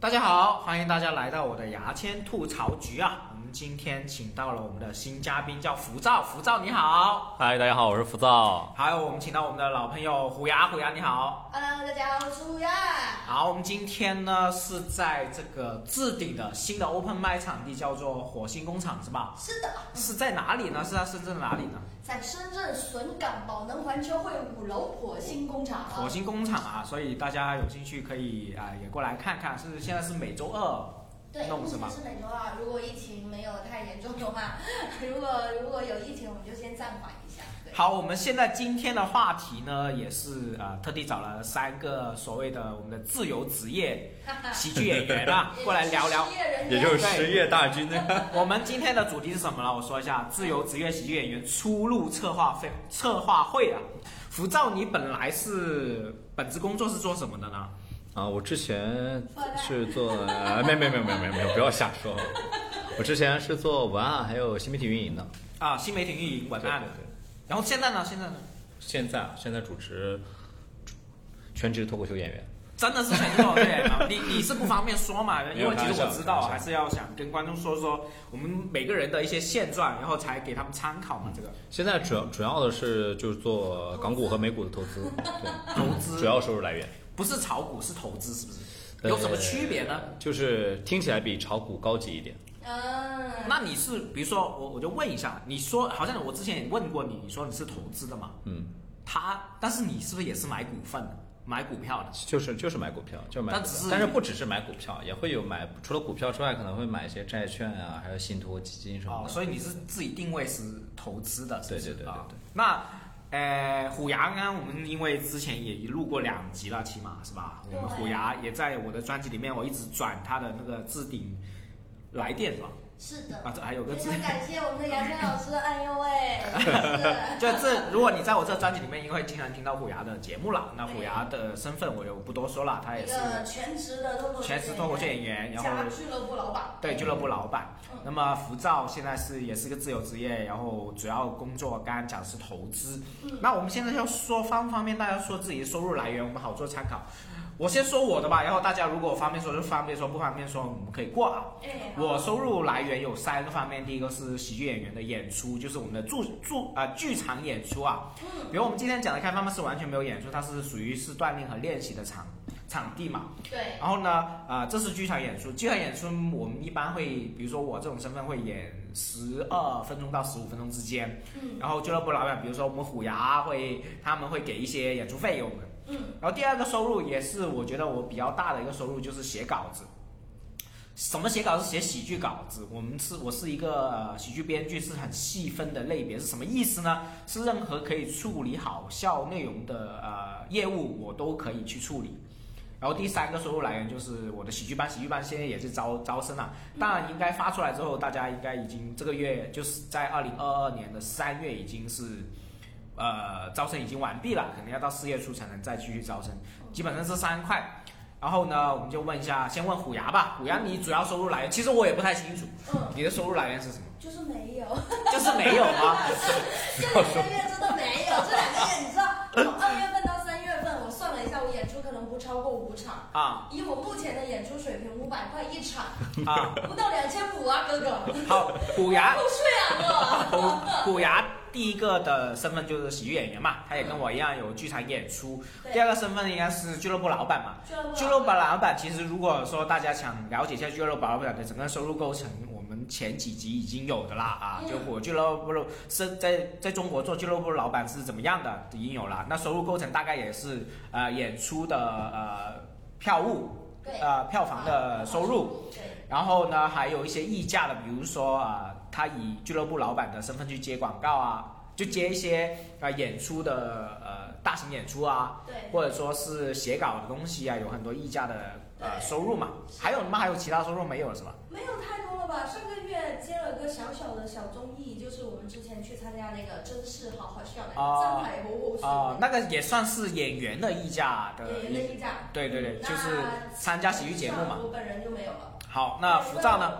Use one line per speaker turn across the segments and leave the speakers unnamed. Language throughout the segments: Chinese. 大家好，欢迎大家来到我的牙签吐槽局啊！我们今天请到了我们的新嘉宾，叫浮躁，浮躁你好，
嗨，大家好，我是浮躁。
还有我们请到我们的老朋友虎牙，虎牙你好。
Hello，大家好，我是乌鸦。
好，我们今天呢是在这个置顶的新的 open 麦场地，叫做火星工厂是吧？
是的，
是在哪里呢？是在深圳的哪里呢？
在深圳笋港宝能环球汇五楼火星工厂。
火星工厂啊，所以大家有兴趣可以啊、也过来看看，是现在是每周二
对，
弄
目
是
前
吧
是每周二，如果疫情没有太严重的话，如果如果有疫情，我们就先暂缓一下。对，
好，我们现在今天的话题呢，也是啊、呃特地找了三个所谓的我们的自由职 业喜剧演员啊， 过来聊聊
失。业人员
也就是
对
十月大军 呢，
我们今天的主题是什么呢？我说一下，自由职业喜剧演员初入策划费策划会啊。浮躁，你本来是本职工作是做什么的呢？
啊，我之前是做， 啊、没没没没没没，不要瞎说。我之前是做文案还有新媒体运营的，
啊，新媒体运营文案的
对。对对
然后现在呢？现在呢？
现在啊，现在主持全职脱口秀演员。
真的是全职脱口秀演员啊 吗？你你是不方便说嘛？
没
因
有
为其实
开玩笑
我知道，
开玩笑
还是要想跟观众说说我们每个人的一些现状，然后才给他们参考嘛。这个
现在主要主要的是就是做港股和美股的投资，对，
投资
主要收入来源。
不是炒股，是投资，是不是？
对
有什么区别呢？
就是听起来比炒股高级一点。
嗯，
那你是比如说我我就问一下，你说好像我之前也问过你，你说你是投资的嘛？
嗯，
他，但是你是不是也是买股份的，买股票的？
就是就是买股票，就是买股
但只
票
是，
但是不只是买股票，也会有买除了股票之外，可能会买一些债券啊，还有信托基金什么
哦，
的。
所以你是自己定位是投资的，是不是
对对对对
啊
对
那呃，虎牙呢？我们因为之前也录过两集了，起码是吧？我
对
们虎牙也在我的专辑里面，我一直转他的那个置顶来电是吧？
哎是的。
啊，这还有个
非
置
常感谢我们的杨天老师，哎呦喂，是
就这，如果你在我这专辑里面，因为经常听到虎牙的节目了，那虎牙的身份我就不多说了，他也
一
是
个全职的脱口秀
全职脱口秀演员，然
加
后
俱乐部老板。
对俱乐部老板
嗯。
那么浮躁现在是也是个自由职业，然后主要工作刚刚讲是投资。那我们现在要说方方面，大家说自己的收入来源，我们好做参考。我先说我的吧，然后大家如果方便说就方便说，不方便说我们可以挂啊。
哎，好
我收入来源有三个方面，第一个是喜剧演员的演出，就是我们的驻驻啊剧场演出啊。
嗯
比如我们今天讲的开放麦是完全没有演出，它是属于是锻炼和练习的场场地嘛。
对，
然后呢，啊、呃这是剧场演出，剧场演出我们一般会，比如说我这种身份会演十二分钟到十五分钟之间。
嗯
然后俱乐部老板，比如说我们虎牙会，他们会给一些演出费给我们。
嗯，
然后第二个收入也是我觉得我比较大的一个收入就是写稿子。什么写稿子？写喜剧稿子。我们是我是一个、呃喜剧编剧，是很细分的类别。是什么意思呢？是任何可以处理好笑内容的呃业务，我都可以去处理。然后第三个收入来源就是我的喜剧班，喜剧班现在也是招招生了。当然，应该发出来之后，大家应该已经这个月就是在二零二二年的三月已经是呃，招生已经完毕了，可能要到四月初才能再继续招生，基本上是三块。然后呢，我们就问一下，先问虎牙吧。虎牙，你主要收入来源？其实我也不太清楚，
嗯，
你的收入来源是什么？
就是没有。
就是没有啊吗？
这两个月真的没有，这两个月你知道，从二月份到三月份，我算了一下，我演出可能不超过五场。
啊
以我目前的演出水平，五百块一场，
啊，
不到两千五啊，哥哥，
好，虎牙
够睡啊，
虎虎牙第一个的身份就是喜剧演员嘛，他也跟我一样有剧场演出。
对
第二个身份应该是俱乐部老板嘛。
哥。
俱乐部老板，其实如果说大家想了解一下俱乐部老板的整个收入构成，我们前几集已经有的啦啊，
嗯
就我俱乐部是在在中国做俱乐部老板是怎么样的，已经有了。那收入构成大概也是呃演出的呃票务
对，
呃票房的收入，，
对，
然后呢，还有一些溢价的，比如说啊、他以俱乐部老板的身份去接广告啊，就接一些啊、呃演出的呃大型演出啊，
对
或者说是写稿的东西啊，有很多溢价的呃
对
收入嘛。还有你们还有其他收入没有了是吧？
没有太多了吧？上个月接了个小小的小综艺，就是我们之前去参加那个《真是好好笑》的
哦
上海猴猴
哦、
秀，
那个也算是演员的溢价的
演员的
一，
一站，
对对对，
那
就是参加喜剧节目嘛。
我本人就没有了。
好，那浮躁呢？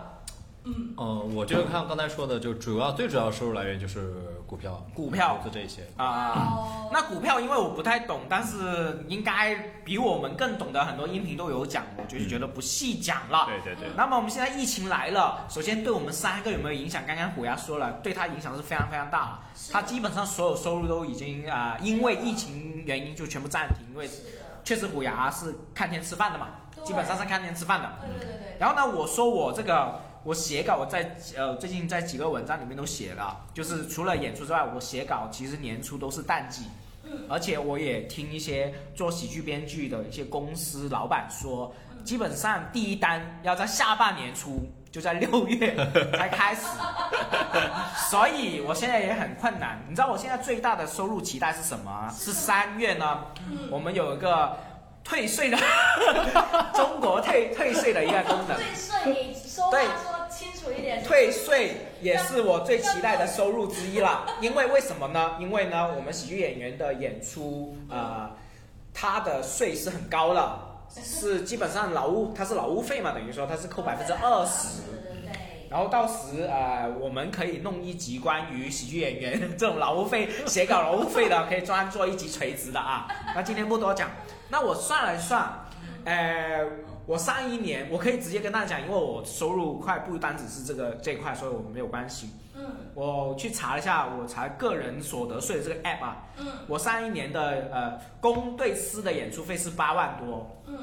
嗯，
哦，我就看刚才说的，就主要最主要收入来源就是股票、
股票
投资这些。
啊、
哦，
那股票因为我不太懂，但是应该比我们更懂的很多音频都有讲，我就是觉得不细讲了。
对对对，
那么我们现在疫情来了，首先对我们三个有没有影响？刚刚虎牙说了，对他影响是非常非常大的。
是
他基本上所有收入都已经啊、呃因为疫情原因就全部暂停，因为
是的，
确实虎牙是看天吃饭的嘛，
对
基本上是看天吃饭的。
对对对对，
然后呢，我说我这个我写稿，我在呃最近在几个文章里面都写了，就是除了演出之外，我写稿其实年初都是淡季，
嗯，
而且我也听一些做喜剧编剧的一些公司老板说，基本上第一单要在下半年出，就在六月才开始， 所以我现在也很困难。你知道我现在最大的收入期待是什么啊？是三月呢，
嗯，
我们有一个退税的 中国退退税的一个功能。
对税，你说话
对
说清楚一点，
退税也是我最期待的收入之一啦。因为为什么呢？因为呢，我们喜剧演员的演出，呃，他的税是很高了，是基本上劳务，它是劳务费嘛，等于说它是扣百分之二十。
对，
然后到时呃，我们可以弄一集关于喜剧演员这种劳务费、写稿劳务费的，可以专做一集垂直的啊。 那今天不多讲，那我算了算，呃，我上一年我可以直接跟大家讲，因为我收入快不单只是这个这一块，所以我没有关系。
嗯
我去查了一下，我查个人所得税的这个 app 啊，
嗯
我上一年的呃公对私的演出费是八万多，
嗯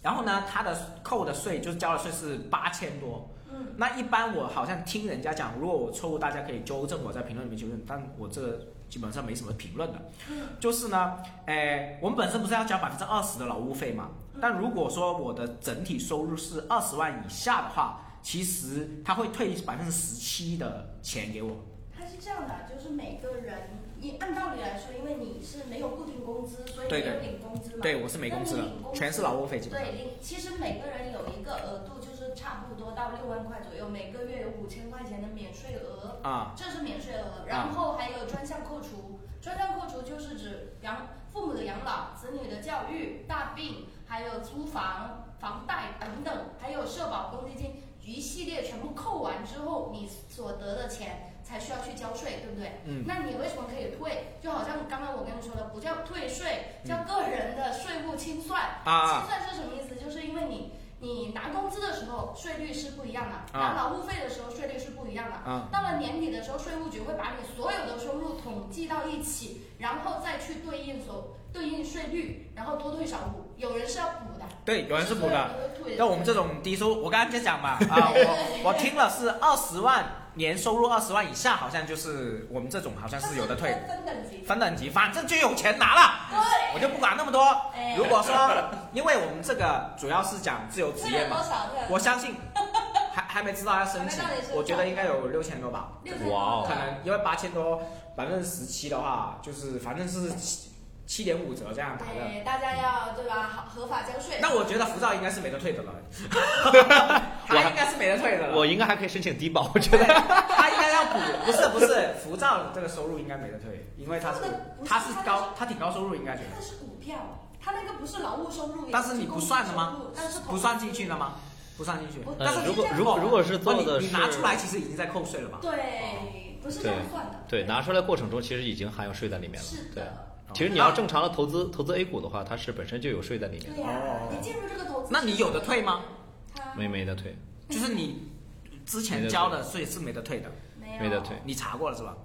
然后呢，他的扣的税就是交的税是八千多。
嗯，
那一般我好像听人家讲，如果我错误，大家可以纠正我，在评论里面纠正。但我这个基本上没什么评论的。
嗯，
就是呢，诶、我们本身不是要交百分之二十的劳务费嘛？但如果说我的整体收入是二十万以下的话，其实他会退百分之十七的钱给我。
它是这样的，就是每个人，你按道理来说，因为你是没有固定工资，所以
对
没
对
有领工资嘛，
对我是没工资的
那你领，工资
全是劳务费，基本上
对，领其实每个人有一个额度，就是差不多到六万块左右，每个月有五千块钱的免税额，
啊
这是免税额，然后还有专项扣除。专项扣除就是指养父母的养老、子女的教育、大病，还有租房、房贷等等，还有社保、公积金一系列全部扣完之后，你所得的钱才需要去交税，对不对？
嗯
那你为什么可以退？就好像刚刚我跟你说的，不叫退税，叫个人的税务清算。
啊
清算是什么意思？就是因为你你拿工资的时候税率是不一样的，
啊
拿劳务费的时候税率是不一样的。
啊！
到了年底的时候，税务局会把你所有的收入统计到一起，然后再去对应所对应税率，然后多退少补。有人是要补的，
对，有人是补的。
的
那我们这种低收，我刚刚就讲 嘛，啊，我我听了是二十万年收入二十万以下，好像就是我们这种好像是有的退。
分等级。
分等级，反正就有钱拿了，
对，
我就不管那么多。
哎
如果说，因为我们这个主要是讲自由职业嘛，
少退
我相信还还没知道要申请
还没到你身，上
我觉得应该有六千多吧，
6000
哇哦
可能因为八千多百分之十七的话，就是反正是七七点五折这样打的。
哎，大家要对吧？好合法交税。
那我觉得浮躁应该是没得退 的了，
我
他
还
应该是没得退的了。
我应该还可以申请低保，我觉得。
他应该要补，不是不是，浮躁这个收入应该没得退，因为他是
不是
他是
他是
高他挺高收入应该觉得，
那是股票，它那个不是劳务收入，
但是你不算的吗
也不是公司收入？但是
不算进去了吗？不算进去
不。
但是
呃，如果
这样
如果如果是做
哦
的
你
是
你拿出来，其实已经在扣税了吧？
对，不是这样算的。
对，拿出来过程中其实已经含有税在里面了。
是
对，
的。
其实你要正常的投资投资 A 股的话，它是本身就有税在里面的，
对呀、
哦
你进入这个投资，
那你有的退吗？
他
没没得退，
就是你之前交的税是没得退的，
没有
没得退。。
你查过了是吧？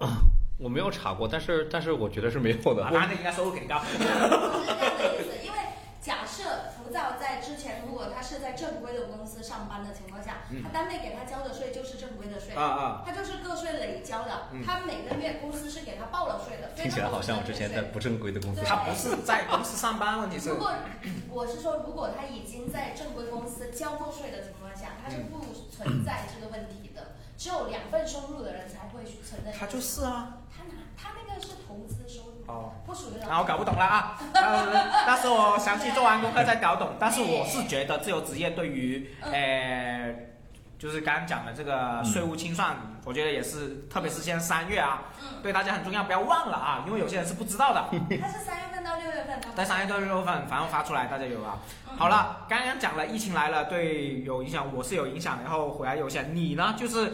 我没有查过，但是但是我觉得是没有的
啊，。那你应该收入肯定高。
不是这样的意思，因为假设浮躁在之前，如果他是在正规的公司上班的情况下，
嗯
他单位给他交的税就是正规的税。
啊啊，
他就是个税累交的
嗯，
他每个月公司是给他报了税的。所以
听起来
他不
好
是
像我之前在
退
不正规的公司
对
他
上
不是在公司上班，问题
税。
是
如果我是说，如果他已经在正规公司交过税的情况下，他是不存在这个问题的。只有两份收入的人才会存在这个问题。
他就是啊，
他拿他那个是投资收入，
哦。
不属于劳
啊，我搞不懂了 啊！呃到时候我详细做完功课再搞懂。但是我是觉得自由职业对于，呃，就是刚刚讲的这个
嗯
税务清算，我觉得也是，特别是现在三月啊，
嗯
对大家很重要，不要忘了啊，因为有些人是不知道的。
嗯
它是三月份到六月份发布
在三月到六月份，反正发出来大家有啊。
嗯
好了，刚刚讲了，疫情来了对有影响，我是有影响，然后回来有影响。你呢？就是，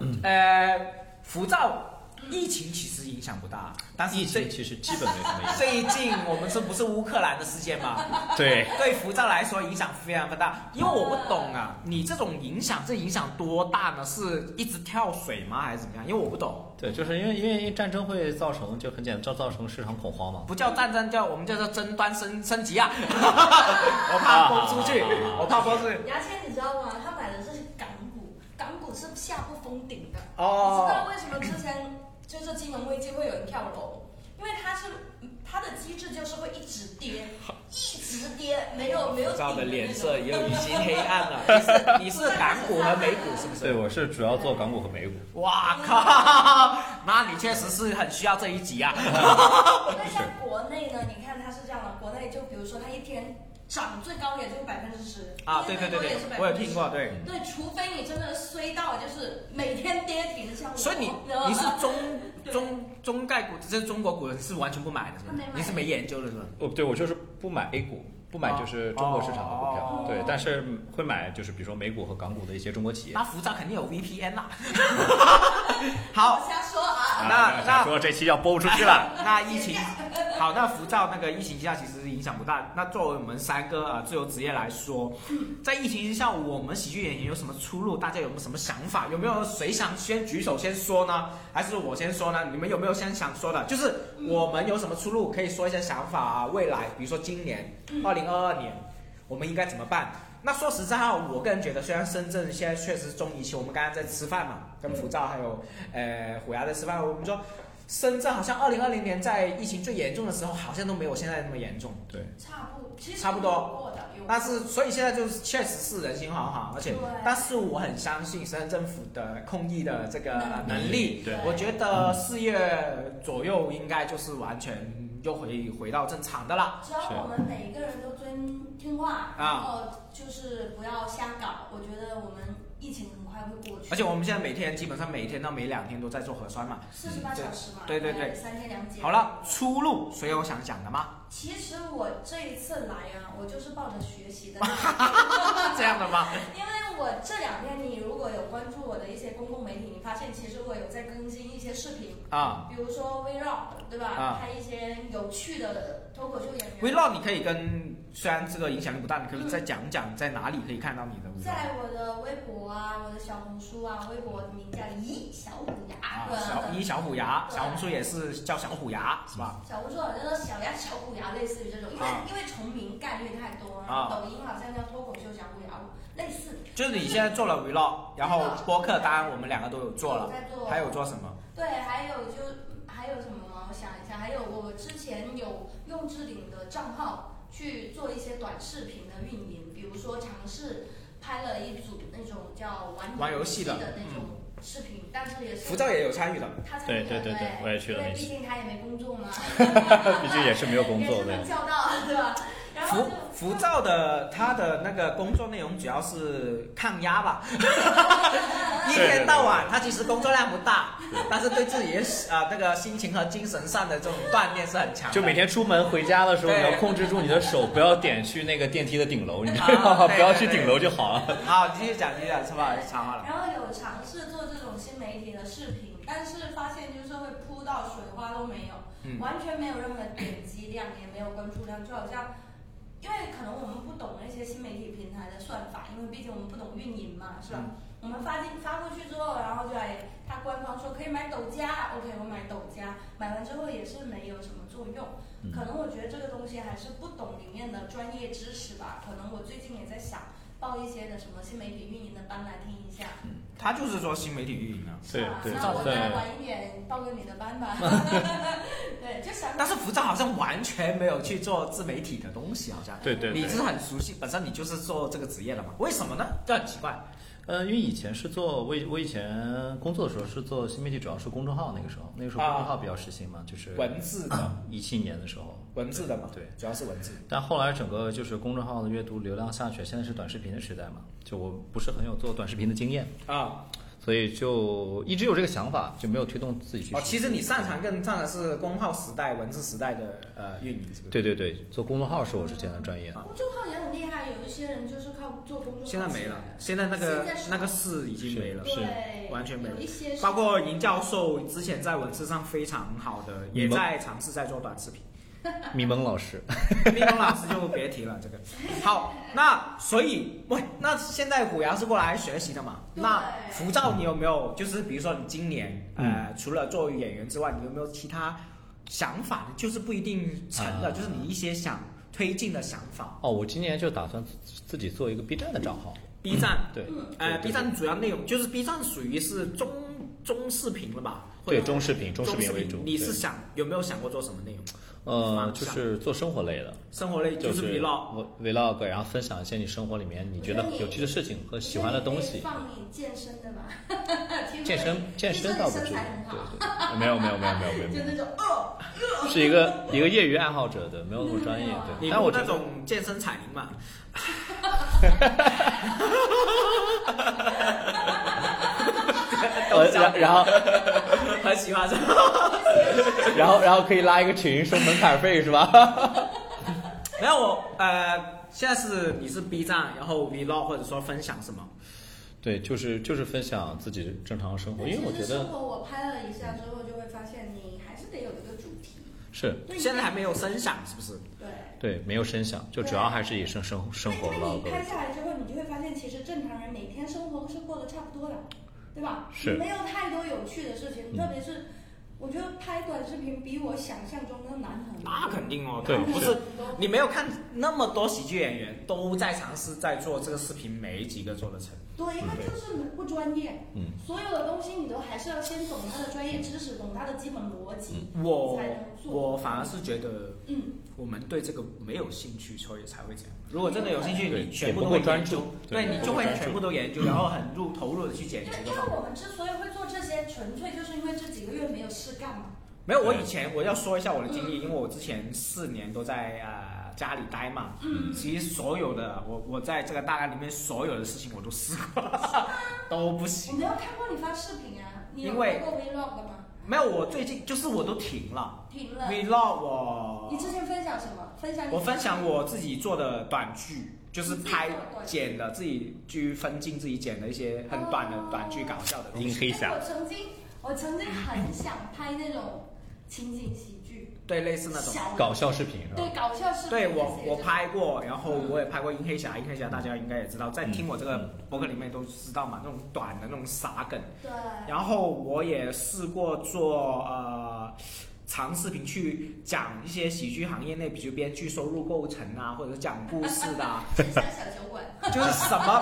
嗯
呃，浮躁，疫情其实影响不大，但是
疫
最
情其实基本没什么影 响。
最近我们这不是乌克兰的事件吗？
对，
对浮躁来说影响非常非常大，因为我不懂啊，你这种影响这影响多大呢？是一直跳水吗，还是怎么样？因为我不懂，
对，就是因为因为战争会造成，就很简单，造造成市场恐慌嘛。
不叫战争，叫我们叫做争端升升级 啊！我怕播出去，我怕播出去。
牙签你知道吗？他买的是港股，港股是下不封顶的。你知道
哦，
为什么之前就是金融危机会有人跳楼？因为它是它的机制就是会一直 跌，一直跌，没有没有
浮躁
顶
的脸
那种
色也有一些黑暗了。 你是你是港股和美股是不
对，
是？
我是主要做港股和美股。
哇靠！那你确实是很需要这一集啊。
那像国内呢？你看它是这样的，国内就比如说它一天涨最高也就百分之十
啊，对对对对，我有听。过，对。
对，除非你真的衰到就是每天跌停，像我。
所以你
然后
你是中中中概股，这是中国股，你是完全不买的是吗
没买？
你是没研究的是吗？
哦，对，我就是不买 A 股，不买就是中国市场的股票。
哦
对，但是会买就是比如说美股和港股的一些中国企业。
那浮躁肯定有 VPN 啦。好，
我瞎说啊。
那
啊
那
说这期要播不出去了。
那疫情好，那浮躁那个疫情之下其实影响不大。那作为我们三个啊自由职业来说，在疫情之下，我们喜剧演员有什么出路？大家有没有什么想法？有没有谁想先举手先说呢？还是我先说呢？你们有没有先想说的？就是我们有什么出路？可以说一下想法啊，未来，比如说今年二零二二年，我们应该怎么办？那说实在话，我个人觉得，虽然深圳现在确实中疫期，我们刚刚在吃饭嘛，跟浮躁还有呃虎牙在吃饭，我们说深圳好像二零二零年在疫情最严重的时候，好像都没有现在那么严重。
对，
差不多，其实
差不多
有过的，有过
但是，所以现在就是确实是人心惶惶，而且
对，
但是我很相信深圳政府的控疫的这个能力
能力。嗯对
我觉得四月左右应该就是完全又回回到正常的了。
只要我们每一个人都遵听话，
啊
然后就是不要瞎搞，我觉得我们疫情很快会过去。
而且我们现在每天基本上每天到每两天都在做核酸嘛。
四十八小时嘛，
对对对
三天两检。
好了，出路谁有想讲的吗？
其实我这一次来啊，我就是抱着学习 的，
这样的吗？
因为我这两天你如果有关注我的一些公共媒体，你发现其实我有在更新一些视频，
啊、
比如说 Vlog，对吧？
啊
拍一些有趣的脱口秀演员。
vlog 你可以跟，虽然这个影响力不大，你可以再讲讲在哪里可以看到你的啊 vlog。
在我的微博啊，我的小红书啊，微博名叫咦小虎牙
啊，
对，
小一小虎牙，小红书也是叫小虎牙，是吧？
小红书好像叫小牙小虎牙，类似于这种，因为、
啊
因为重名概率太多，然
啊
后抖音好像叫脱口秀小虎牙，类似
就是你现在做了 vlog，然后播客，当然我们两个都有做了，
在做，
还有做什么？
对，还有就还有什么？我想一下，还有我之前有用置顶的账号去做一些短视频的运营，比如说尝试拍了一组那种叫玩
玩游
游
戏的嗯
的那种视频，但是也是
浮躁也有参与的，
他参与
对
了
对对对我也去了
因为
那次
毕竟他也没工作嘛，
毕竟也是没有工作
也是
对
能。叫到，对吧？然后
浮
就
浮躁的他的那个工作内容主要是抗压 吧，一天到晚他其实工作量不大，但是对自己啊、那个心情和精神上的这种锻炼是很强的。
就每天出门回家的时候，
对
你要控制住你的手，不要点去那个电梯的顶楼，你知道
啊
吗？
对
不要
对
去
对
顶楼就好了。
好，继续讲，继续讲，是吧？插话了。
然后有尝试做这种新媒体的视频，但是发现就是会扑到水花都没有，
嗯
完全没有任何点击量，也没有关注量，就好像。因为可能我们不懂那些新媒体平台的算法，因为毕竟我们不懂运营嘛，是吧？
嗯
我们发进发过去之后，然后就来他官方说可以买抖加，OK，我买抖加，买完之后也是没有什么作用。
嗯
可能我觉得这个东西还是不懂里面的专业知识吧。可能我最近也在想报一些的什么新媒体运营的班来听一下。
他就是做新媒体运营啊，
对
啊
对
那我
对
再晚一点报个你的班吧。 对，就想
但是浮躁好像完全没有去做自媒体的东西，好像。
对对
你
对
是很熟悉，本身你就是做这个职业的嘛？为什么呢？这很奇怪。
呃，因为以前是做我以我以前工作的时候是做新媒体，主要是公众号，那个时候那个时候公众
啊
号比较时兴嘛，就是
文字的，
一七年的时候，
文字的嘛，
嗯对，
主要是文字。
但后来整个就是公众号的阅读流量下去，现在是短视频的时代嘛，就我不是很有做短视频的经验，
啊，
所以就一直有这个想法，就没有推动自己去。
哦，其实你擅长更擅长是公号时代、文字时代的呃运营，是不是？
对对对，做公众号是我之前的专业。
公众号也很厉害，有一些人就是靠做公众号起
现
来
在
的。
没了，现在那个
现在是
那个市已经没了，
是
对，
完全没
有一些是
包括银教授之前在文字上非常好的，也在尝试在做短视频。
米蒙老师，
蜜蜂老师就别提了，这个。好，那所以喂，那现在虎牙是过来学习的嘛？
对
那浮照你有没有就是比如说你今年
嗯
呃，除了做演员之外，你有没有其他想法？就是不一定成的，
啊
就是你一些想推进的想法。
哦，我今年就打算自自己做一个 B 站的账号，
B 站，
对，
呃
嗯对
，B 站主要内容就是 B 站属于是中中视频了吧？或者
对中视频，中
中
视频为主。
你
对
是想有没有想过做什么内容？
呃，
方
就
向
是做生活类的，
生活类
就
就是是 vlog，
我 vlog，然后分享一些你生活里面你觉得有趣的事情和喜欢的东
我觉得你可以
西。
放你健身的吧， 听说你
健身健身倒不
听
至于
说你身材很，好，
对对，没有没有没有没有没有没
就那种哦，
有，是一个一个业余爱好者的，没有那么专业。
你
对，但
不
我觉
那
得
种健身彩铃嘛？
呃，然 然后
很喜欢这种。
然后然后可以拉一个群收门槛费是吧？
没有我呃，现在是你是 B 站，然后 Vlog 或者说分享什么？
对，就是就是分享自己正常生活，因为我
其
觉
实
得
生活我拍了一下之后，就会发现你还是得有一个主题。
是
对
现在还没有声响，是不是？
对，
对没有声响，就主要还是以生生生活
因为你
vlog 为
拍
主。
下来之后，你就会发现，其实正常人每天生活都是过得差不多的，对吧？
是
你没有太多有趣的事情，特别是我觉得拍短视频比我想象中的难很多。
那肯定哦，
对
不
是
是你没有看那么多喜剧演员都在尝试在做这个视频，没几个做得成。
对，因为就是不专业，
嗯，
所有的东西你都还是要先懂它的专业知识，懂它的基本逻辑，
我
才能做
我反而是觉得
嗯，
我们对这个没有兴趣，所以才会这样。如果真的有兴趣，
对
你全
也
部
不
都
会
研
专
究
注
对
对
你就
不
会
会专
全
注
部都研究，然后很入投入的去
因
剪辑
为
哎这
嗯
个
因为
方面。
我们之所以会做这些，纯粹就是因为这几个月没有事干嘛。
没有，我
对
以前我要说一下我的
嗯
经历，因为我之前四年都在呃家里待嘛，
嗯
其实所有的我我在这个大概里面所有的事情我都试 过，都不
我
行。
没有看过你发视频啊，你有
因为
拍过 vlog 的吗？
没有，我最近就是我都停了
停了。
vlog，我
你之前分享什么？分享你
我分享我自己做的短剧，就是拍
你自己做的短剧哦
剪的自己去分镜自己剪的一些很短的短剧，搞笑的东西。
银黑
哎
侠
我曾经，我曾经很想拍那种情景喜剧，
对，类似那种。
小
搞笑视频是吧？
对搞笑视频。
对我我拍过，然后我也拍过《银黑侠》，《银黑侠》大家应该也知道，在听我这个博客里面都知道嘛，那种短的那种傻梗。
对，
然后我也试过做呃长视频去讲一些喜剧行业内，比如编剧收入构成啊，或者是讲故事的、 啊，
分享小酒馆。
就是什么，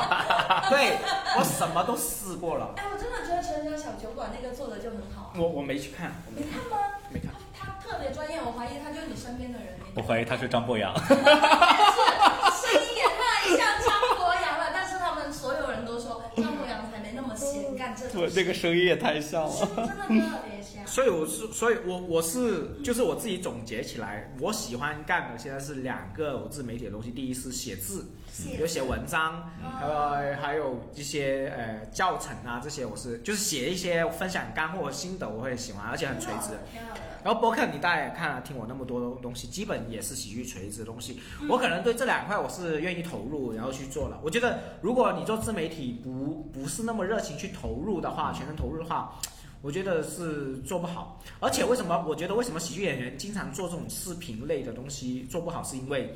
对我什么都试过了。
哎，我真的觉得《成长小酒馆》那个做的就很好啊。
我我没去看，我没
你看吗？
没看
他。他特别专业，我怀疑他就是你身边的人。
我怀疑他是张博洋。哦
是声音也太像张国阳了，但是他们所有人都说张国阳才没那么闲干这 种
我
事。
这个声音也太像了。
真的特别像。
所以我是，所以我我是就是我自己总结起来，我喜欢干的现在是两个我自媒体的东西，第一是写字，
谢啊
有写文章，嗯还有啊还有一些呃教程啊，这些我是就是写一些分享干货和心得，我会喜欢，而且很垂直。
挺好的，挺好的。
然后播客你大家也看了，听我那么多东西，基本也是喜剧垂直的东西。我可能对这两块我是愿意投入，然后去做了。我觉得如果你做自媒体不不是那么热情去投入的话，全身投入的话，我觉得是做不好。而且为什么？我觉得为什么喜剧演员经常做这种视频类的东西做不好，是因为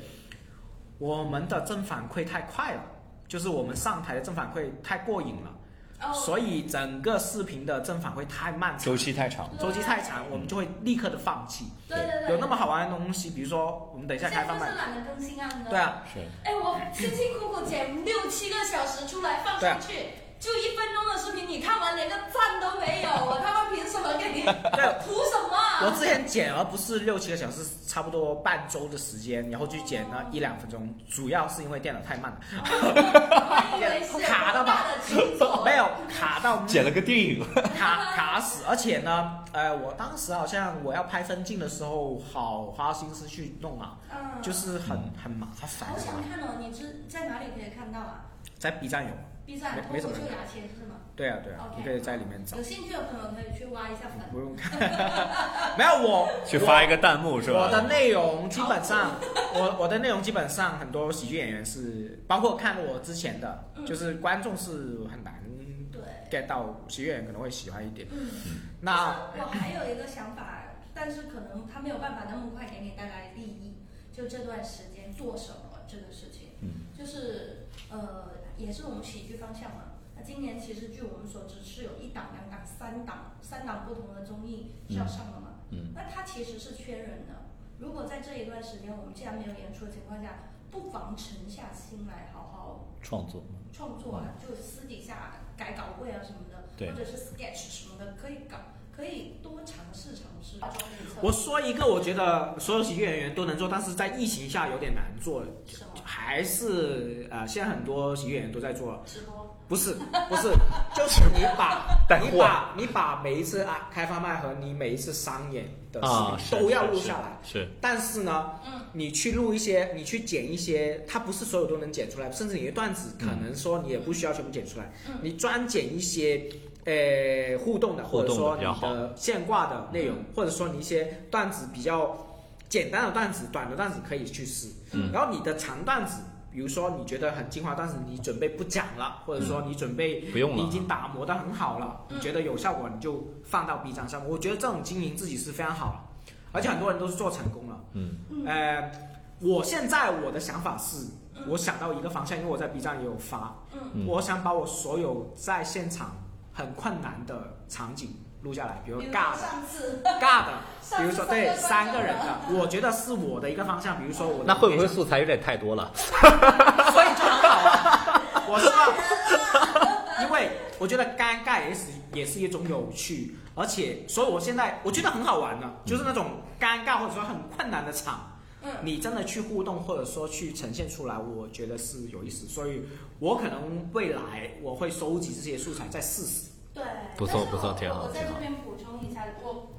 我们的正反馈太快了，就是我们上台的正反馈太过瘾了，
哦，
所以整个视频的正反馈太漫长
周。期太长，
周期太长，我们就会立刻的放弃。
对对对，
有那么好玩的东西，比如说我们等一下
现
开
在就
放
是
麦，
懒得更新啊，你知道吗
对，啊，
是
哎，我辛辛苦苦剪六七个小时出来放
啊
上去，就一分钟的视频，你看完连个赞都没有，我他妈凭什么给你？
对
图什么
我
啊？
之前剪，而不是六七个小时，差不多半周的时间，然后去剪了一两分钟，主要是因为电脑太慢了，
我还以为是有多大的群众
到我们
剪了个电影，
卡卡死，而且呢，呃，我当时好像我要拍分镜的时候，好花心思去弄啊，
嗯，
就是很很麻烦
好，想看哦，你知在哪里可以看到啊
在 B 站有，
？B 站
没没怎
脱
么
口秀
看
牙签是吗？
对啊对啊，
OK
你可以在里 面找
有，兴趣的朋友可以去挖一下粉。
不用看， 没有我
去发一个弹幕是吧？
我的内容基本上， 我我的内容基本上很多喜剧演员是，包括看我之前的，
嗯
就是观众是很难
对，
get 到喜剧演员可能会喜欢一点。
嗯。
那
我还有一个想法，但是可能他没有办法那么快给你带来利益。就这段时间做什么这个事情，
嗯
就是呃，也是我们喜剧方向嘛。那今年其实据我们所知是有一档、两档、三档、三档不同的综艺是要上的嘛。
嗯，
那它其实是缺人的。如果在这一段时间我们既然没有演出的情况下，不妨沉下心来好好
创作，
创作啊，就私底下改稿会啊什么
嗯对
的，或者是 sketch 什么的，可以搞，可以多尝试尝试。
我说一个，我觉得所有喜剧演员都能做，但是在疫情下有点难做，
什么
还是呃，现在很多喜剧演员都在做，
直播？
不 是不是，就是你把
带
你
货
把你把每一次啊开发麦和你每一次商演的
啊
视
是
频都要
是
录
是
下来，
是
但是呢，
嗯，
你去录一些，你去剪一些，它不是所有都能剪出来，甚至你的段子可能说你也不需要全部剪出来，
嗯
你专剪一些。呃，互动的，
互
或者
动的
说
比
你
较好嗯
的现挂的内容，或者说你一些段子比较简单的段子、短的段子可以去试。
嗯
然后你的长段子，比如说你觉得很精华，但是你准备不讲了，或者说你准备
不嗯用
你已
了，
经打磨得很好了，
嗯
你觉得有效果，你就放到 B 站上。我觉得这种经营自己是非常好的，而且很多人都是做成功了。
嗯
嗯
呃，我现在我的想法是
嗯，
我想到一个方向，因为我在 B 站也有发，
嗯
嗯
我想把我所有在现场很困难的场景录下来，比
比
如
如
尬
说
的、
上次，
尬的，
上
比如
次
说对三
三
个
个
人
人
的，我觉得是我的一个方向。比如说我的
那会不会
所
素材有点太多了？
以就很好啊？我是吧？因为我觉得尴尬也是也是一种有趣，而且所以我现在我觉得很好玩的，就是那种尴尬或者说很困难的场，
嗯
你真的去互动或者说去呈现出来，我觉得是有意思。所以我可能未来我会收集这些素材再试试。
对，
不错
但是
不错
我
挺好
我在
挺好
这边补充一下，我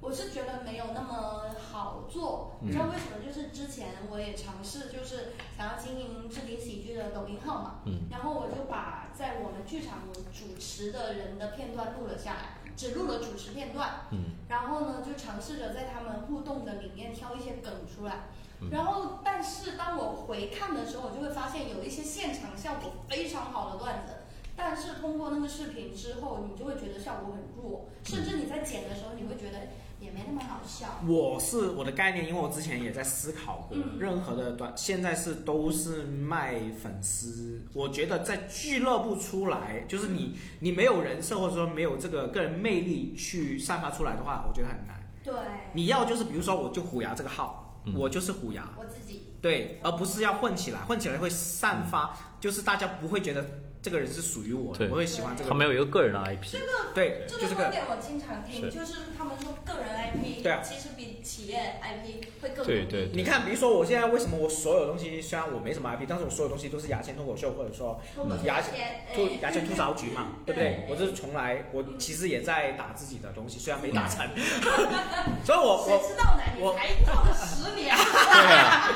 我是觉得没有那么好做，
嗯
你知道为什么？就是之前我也尝试，就是想要经营置顶喜剧的抖音号嘛，
嗯
然后我就把在我们剧场主持的人的片段录了下来，只录了主持片段。
嗯
然后呢，就尝试着在他们互动的里面挑一些梗出来
嗯。
然后，但是当我回看的时候，我就会发现有一些现场效果非常好的段子，但是通过那个视频之后，你就会觉得效果很弱，
嗯
甚至你在剪的时候，你会觉得也没那么好笑。
我是我的概念，因为我之前也在思考过，
嗯
任何的短现在是都是卖粉丝。我觉得在俱乐部出来，就是你你没有人设或者说没有这个个人魅力去散发出来的话，我觉得很难。
对，
你要就是比如说我就虎牙这个号，
嗯
我就是虎牙，
我自己
对，而不是要混起来，混起来会散发，就是大家不会觉得这个人是属于我的，
对
我会喜欢这个人，
他没有一个个人的 IP，
对，
这
就
个
这个
观。点我经常听，
是
就是他们说个人 IP，
对啊
其实比企业 IP 会更
对
容易
对
你看，比如说我现在为什么我所有东西，虽然我没什么 IP，但是我所有东西都是牙签脱口秀，或者说
通过
牙
这些
吐
哎
牙签吐槽局嘛，对不对
对？
我这从来我其实也在打自己的东西，虽然没打成，所以我
谁
我
知道呢？你
我
才做了十 年。
对啊呀，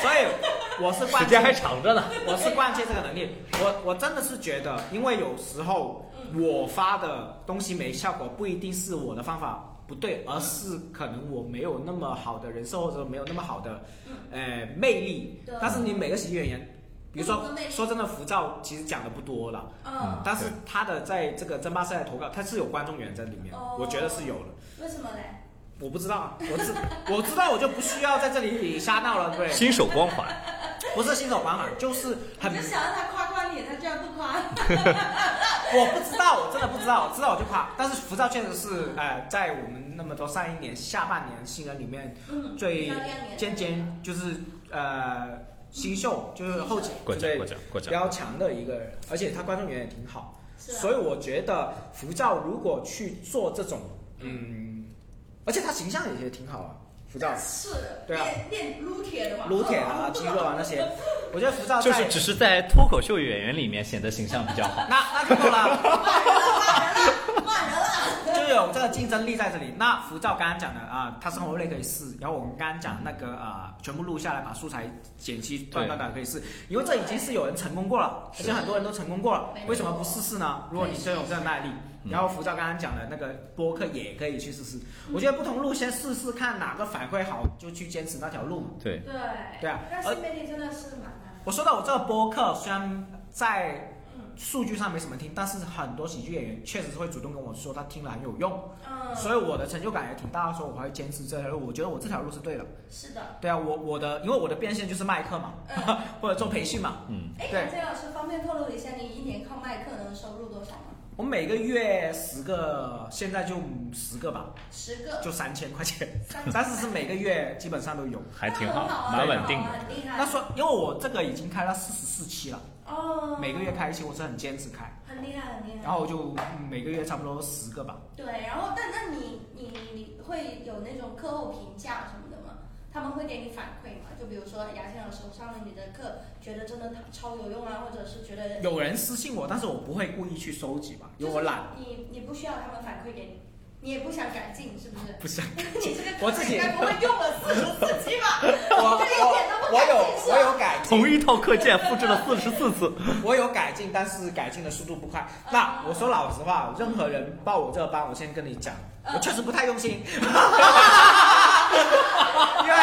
所以我是
时
关
间
键
还长着呢。
我是关键这个能力，我我真的是觉得，因为有时候
嗯
我发的东西没效果，不一定是我的方法不对，而是可能我没有那么好的人设，或者没有那么好的呃魅力
嗯对。
但是你每个喜剧演员，比如
不
说
同的魅力
说真的，浮躁其实讲的不多了，
嗯，
但是他的在这个争霸赛的投稿，他是有观众缘在里面
哦，
我觉得是有的。
为什么呢？
我不知道啊，我知 我知道，我就不需要在这里瞎闹了，对不对？
新手光环，
不是新手光环，就是
我
很
就想让他夸夸你，他居然不 夸。
我不知道，我真的不知道，我知道我就夸。但是浮躁确实是，呃，在我们那么多上一年下半年新人里面
嗯
最
漂亮
尖
点嗯
尖，就是呃新秀，就是后期
过
就
奖
是
过奖过
比
奖。
较强的一个人，而且他观众缘也挺好。
是啊
所以我觉得浮躁如果去做这种，嗯，而且他形象也也挺好啊。浮 躁，
是
对啊
练练撸铁的嘛，
撸铁 啊、肌肉啊那些，我觉得浮躁
就是
在
只是在脱口秀演员里面显得形象比较好。
那那就够了。
骂人了，骂人了，骂人了，
就有这个竞争力在这里。那浮躁刚刚讲的啊，它生活类可以试，然后我们刚刚讲那个啊，全部录下来，把素材剪辑断断断可以试，因为这已经是有人成功过了，而且很多人都成功过了
没，错
为什么不试试呢？如果你真有这个耐力。
嗯
然后浮躁刚刚讲的那个播客也可以去试试，我觉得不同路先试试看哪个反馈好，就去坚持那条路嘛。
对，
对，呃
对啊
但
而
是媒体真的是蛮难的，
我说到我这个播客，虽然在
嗯
数据上没什么听，但是很多喜剧演员确实是会主动跟我说他听了很有用。
嗯，
所以我的成就感也挺大的，说我还会坚持这条路，我觉得我这条路是对的。
嗯是的，
对啊，我我的因为我的变现就是卖课嘛，
嗯，
或者做培训嘛。
嗯，
哎，
对
杨老师方便透露一下，你一年靠卖课能收入多少吗？
我每个月十个，现在就十个吧，
十个，
就三千块 钱，
三
但是是每个月基本上都有。
还挺
那很
好，
啊
蛮稳定的。
很厉害。
那说，因为我这个已经开了四十四期了，
哦，
每个月开一期，我是很坚持开，
很厉害，很厉害。
然后我就每个月差不多十个吧。
对，然后但那你你你会有那种课后评价什么的吗？他们会给你反馈吗？就比如说牙签老师我上了你的课，觉得真的超有用啊，或者是觉得
有人私信我，但是我不会故意去收集吧，因为我懒，
就是你你不需要他们反馈给你，你也不想改进，是不是？
不想
你这个
我自己
应该不会用了四十四期吧？
我我
这一点都不
我
改进
有
是
我
吧？
有改进。
同一套课件复制了四十四次，
我有改进，但是改进的速度不快。那我说老实话，任何人报我这个班，我先跟你讲，我确实不太用心，因为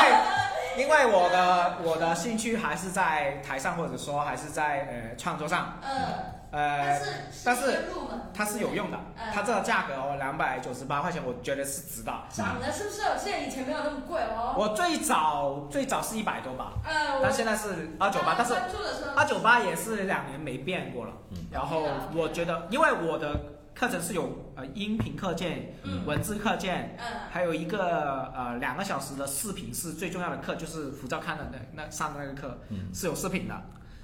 因为我的我的兴趣还是在台上，或者说还是在呃创作上，
嗯，但
呃，
是
但是
一个入门
它是有用的
嗯。
它这个价格哦，两百九十八块钱，我觉得是值的。
涨了是不是？现在以前没有那么贵哦。
我最早最早是一百多吧，
呃，我
但现在是二九八，但是
关注的时候
八九八也是两年没变过了
嗯。
然后我觉得，因为我的课程是有呃音频课件、
嗯
文字课件，
嗯
还有一个呃两个小时的视频是最重要的课，就是浮躁看的那那上的那个课
嗯，
是有视频的。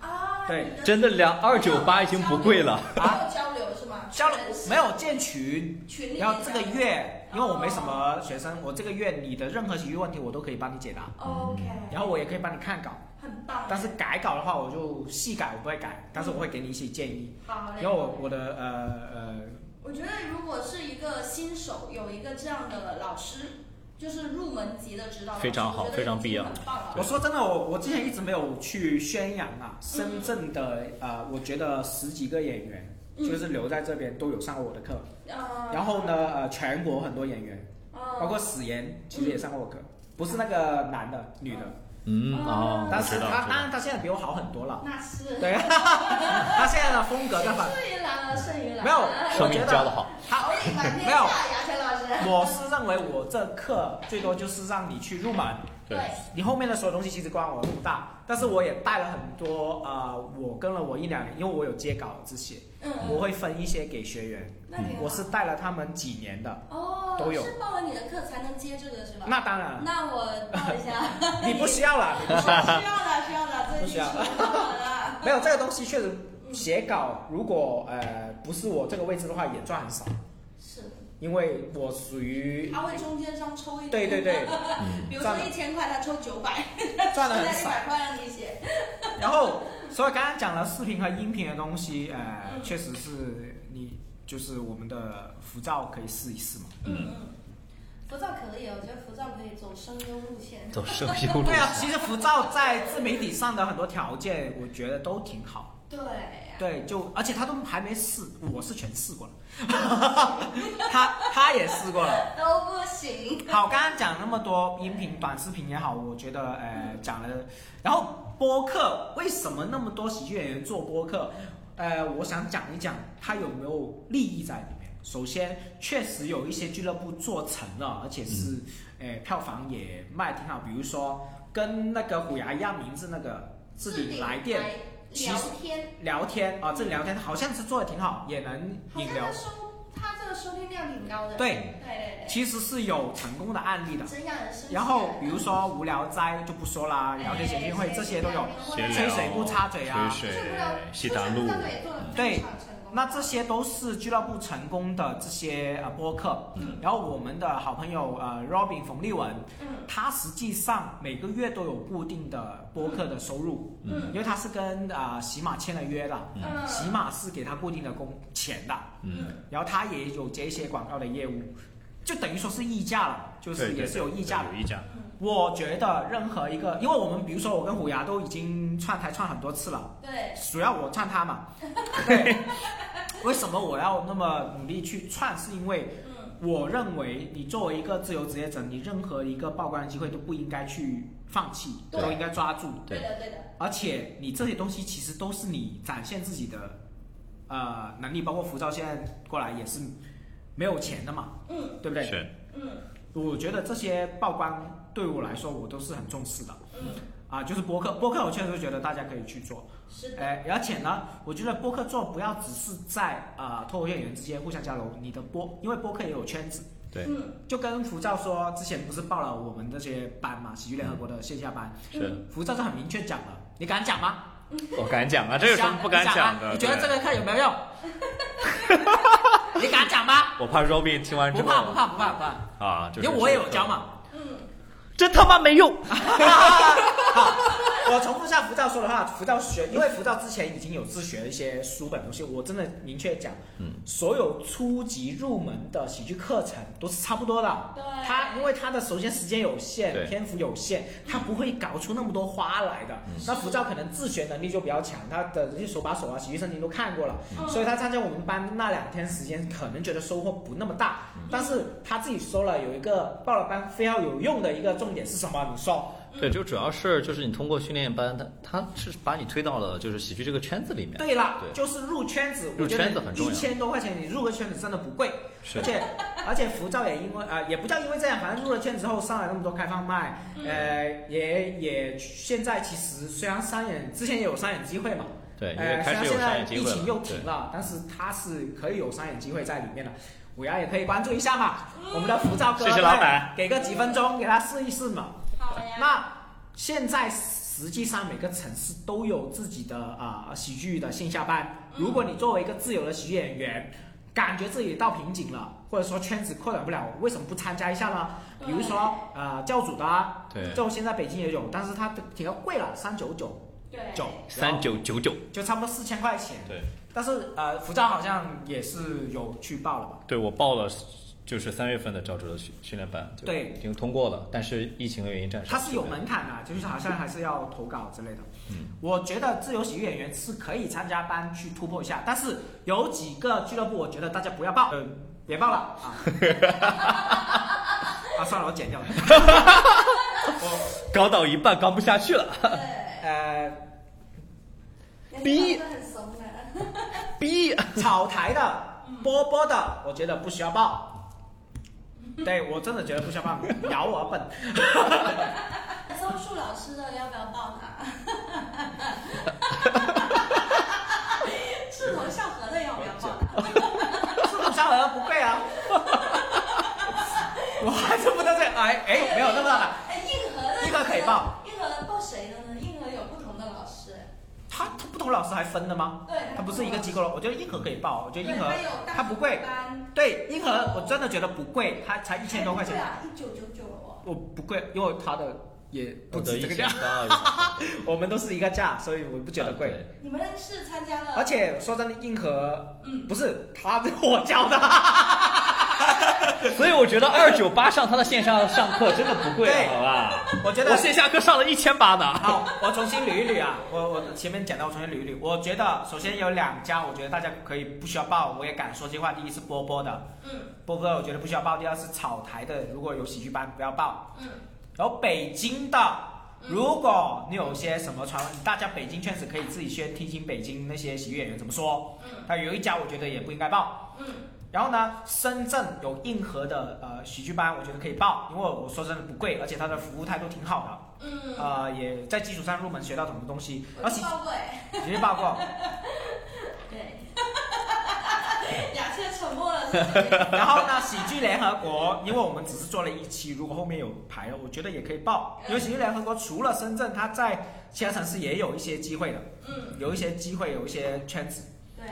啊，
对
你的
真的两二九八已经不贵了。
啊，交流是吗？
交流没
有
有建群，
群里面交流，
然后这个月因为我没什么学生，我这个月你的任何喜剧问题我都可以帮你解答，
OK，
然后我也可以帮你看稿，
很棒，
但是改稿的话我就细改我不会改，但是我会给你一些建议。
好嘞。
然后我我的呃呃
我觉得如果是一个新手有一个这样的老师，就是入门级的指导老师，
非常好
我觉得
非常必要
已经很棒了。
我说真的，我我之前一直没有去宣扬啊，深圳的呃，我觉得十几个演员
嗯
就是留在这边都有上过我的课，
呃，
然后呢，呃，全国很多演员，
呃，
包括史岩其实也上过我课，不是那个男的，女的，
嗯哦，
但
我
是
知道，
他
知
当
道
然他现在比我好很多了，
那是
对， 他现在的风格 在反，
胜于来了，胜于来了。
没有
说明教的好。
他
好礼满天
没有
下，牙签老师。
我是认为我这课最多就是让你去入门，
对，
你后面的所有东西其实关我不大，但是我也带了很多呃，我跟了我一两年，因为我有接稿这些，
嗯，
我会分一些给学员，
那挺好
我是带了他们几年的。
哦，
都有
是报了你的课才能接这个是吧？
那当然，
那我报一下。
你不需要了，你不需
需
要
要的，需要的，这
不
一
需
期
要
好了。
没有这个东西确实写稿，如果呃不是我这个位置的话，也赚很少，
是，
因为我属于
他会中间商抽一，
对对对
嗯，
比如说一千块，他抽九百，
赚的很
一
少。
百块让你写，
然后，所以刚刚讲了视频和音频的东西，呃，确实是你就是我们的浮躁可以试一试嘛。
嗯嗯，浮躁可以，我觉得浮躁可以走声优路线，
嗯走社会路
对啊，
线。
其实浮躁在自媒体上的很多条件，我觉得都挺好。
对，
对，就而且他都还没试，我是全试过了， 他他也试过了。
都不行，
好，刚刚讲那么多音频、短视频也好，我觉得呃讲了，然后播客为什么那么多喜剧演员做播客？呃，我想讲一讲它有没有利益在里面。首先，确实有一些俱乐部做成了，而且是呃票房也卖挺好，比如说跟那个虎牙一样名字那个置顶来电。其
聊
实
天，
聊天啊，这里聊天好像是做的挺好，也能
好
引
像
流
他，收他这个收听量挺高的，
对
对对
其实是有成功的案例的
对，。真让人生气
然后比如说无聊斋就不说啦，聊天
哎
谐星会这些都有，
闲
吹
聊
水不插嘴啊
吹
就是
水
无聊，
西达
就
路
是，他们也做得
对
非常成功
那这些都是俱乐部成功的这些呃播客。
嗯
然后我们的好朋友呃 Robin 冯立文，
嗯
他实际上每个月都有固定的播客的收入，
嗯
因为他是跟啊、呃喜马签了约的，
嗯，
喜马是给他固定的工钱的，
嗯，
然后他也有接一些广告的业务，就等于说是溢价了，就是也是有溢价的。
有溢价，
我觉得任何一个，因为我们比如说我跟虎牙都已经串台串很多次了，
对，
主要我串他嘛。对，为什么我要那么努力去串？是因为
嗯
我认为你作为一个自由职业者，你任何一个曝光的机会都不应该去放弃，
对
都应该抓住。
对的对的，
而且你这些东西其实都是你展现自己的呃能力，包括浮躁现在过来也是没有钱的嘛，
嗯
对不对？
是，
嗯
我觉得这些曝光对我来说我都是很重视的
嗯，
啊，就是播客，播客我确实觉得大家可以去做，
是的，
哎，而且呢，我觉得播客做不要只是在啊脱口秀演员之间互相交流，你的播因为播客也有圈子，
对
嗯
就跟浮躁说之前不是报了我们这些班嘛，喜剧联合国的线下班，
是
浮躁就很明确讲了，你敢讲吗？
我敢讲啊，这有什么不敢讲的？
你觉得这
对
个课有没有 用？你敢讲吗？
我怕 Robin 听完之
不
后
怕不怕不怕不怕，
啊，就是
因为我也有教， 嘛。
嗯，
真他妈没用。
我重复一下浮躁说的话，浮躁学，因为浮躁之前已经有自学一些书本东西，我真的明确讲，
嗯，
所有初级入门的喜剧课程都是差不多的。
对，
他因为他的首先时间有限，
对
篇幅有限，他不会搞出那么多花来
嗯
的。那浮躁可能自学能力就比较强，他的这些手把手啊、喜剧圣经都看过了，
嗯
所以他参加我们班那两天时间，可能觉得收获不那么大，
嗯
但是他自己说了，有一个报了班非要有用的一个重点是什么？你说，
对，就主要是就是你通过训练班，他他是把你推到了就是喜剧这个圈子里面。
对了，
对
就是入圈子，
入
我觉得
圈子很重要
一千多块钱你入个圈子真的不贵，
是
而且而且浮躁也因为呃也不叫因为这样，反正入了圈之后上来那么多开放麦，
嗯
呃也也现在其实虽然商演之前也有商演机会嘛，
对，因为
呃，虽
开
然
始有
现
商
在
业机
疫
会
情又
了。对
停，了，但是它是可以有商演机会在里面的。虎牙也可以关注一下嘛，我们的浮躁哥，
嗯谢谢老板，
给个几分钟给他试一试嘛。
好呀，
那现在实际上每个城市都有自己的啊、呃喜剧的线下班，如果你作为一个自由的喜剧演员，感觉自己到瓶颈了，或者说圈子扩展不了，为什么不参加一下呢？比如说呃教主的啊，
对，
就现在北京也有，但是它比较贵了，三九九
对，
九，
三九九九。
就差不多四千块钱。
对，
但是呃，浮躁好像也是有去报了吧？
对我报了，就是三月份的赵哲的训训练班，就
对
已经通过了，但是疫情的原因暂时
它是有
取消
门槛的，就是好像还是要投稿之类的。
嗯，
我觉得自由喜剧演员是可以参加班去突破一下，但是有几个俱乐部，我觉得大家不要报，呃，别报了啊！啊，算了，我剪掉了。我
搞到一半搞不下去了，
对，
呃，
逼
哎你看得很怂啊的，
逼！
草台的、波波的，我觉得不需要报。对我真的觉得不需要报，咬我笨。
周树老师的要不要报他？ 是同校河的要不要报啊他？
是不上河不贵啊。我还是不能这，哎 哎，没有那么大的。
哎，硬核的
硬核可以报，
硬核报谁的呢？硬核有不同的老师，
他他不同老师还分的吗？
对，
他不是一个机构了，我觉得硬核可以报，我觉
对，
得硬核
他有大
它不贵
班，
对硬核我真的觉得不贵，它才一千多块
对
钱，
啊，一九九九哦。
我不贵，因为它的也不
得
止这个
家
价，，我们都是一个价，所以我不 觉得贵。
啊对
你们是参加了，
而且说真的，硬核
嗯
不是他我教 的，
所以我觉得二九八上他的线上上课真的不贵啊
对，
好吧？
我 觉
我
得
线下课上了一千八呢。
好，我重新捋一捋啊，我我前面讲到，我重新捋一捋。我觉得首先有两家，我觉得大家可以不需要报，我也敢说这话。第一是波波的，
嗯
波波的我觉得不需要报；第二是草台的，如果有喜剧班不要报。
嗯
然后北京的，如果你有些什么传闻，大家北京确实可以自己先听听北京那些喜剧演员怎么说。
嗯
那有一家我觉得也不应该报。
嗯
然后呢，深圳有硬核的呃喜剧班，我觉得可以报，因为我说真的不贵，而且它的服务态度挺好的。
嗯，
呃，也在基础上入门学到很多东西，
我
而
去
且
报过哎，
直接报告。
对，雅倩沉默了，是不是
然后呢，喜剧联合国，因为我们只是做了一期，如果后面有排了，我觉得也可以报，因为喜剧联合国除了深圳，它在其他城市也有一些机会的，
嗯，
有一些机会，有一些圈子。
对，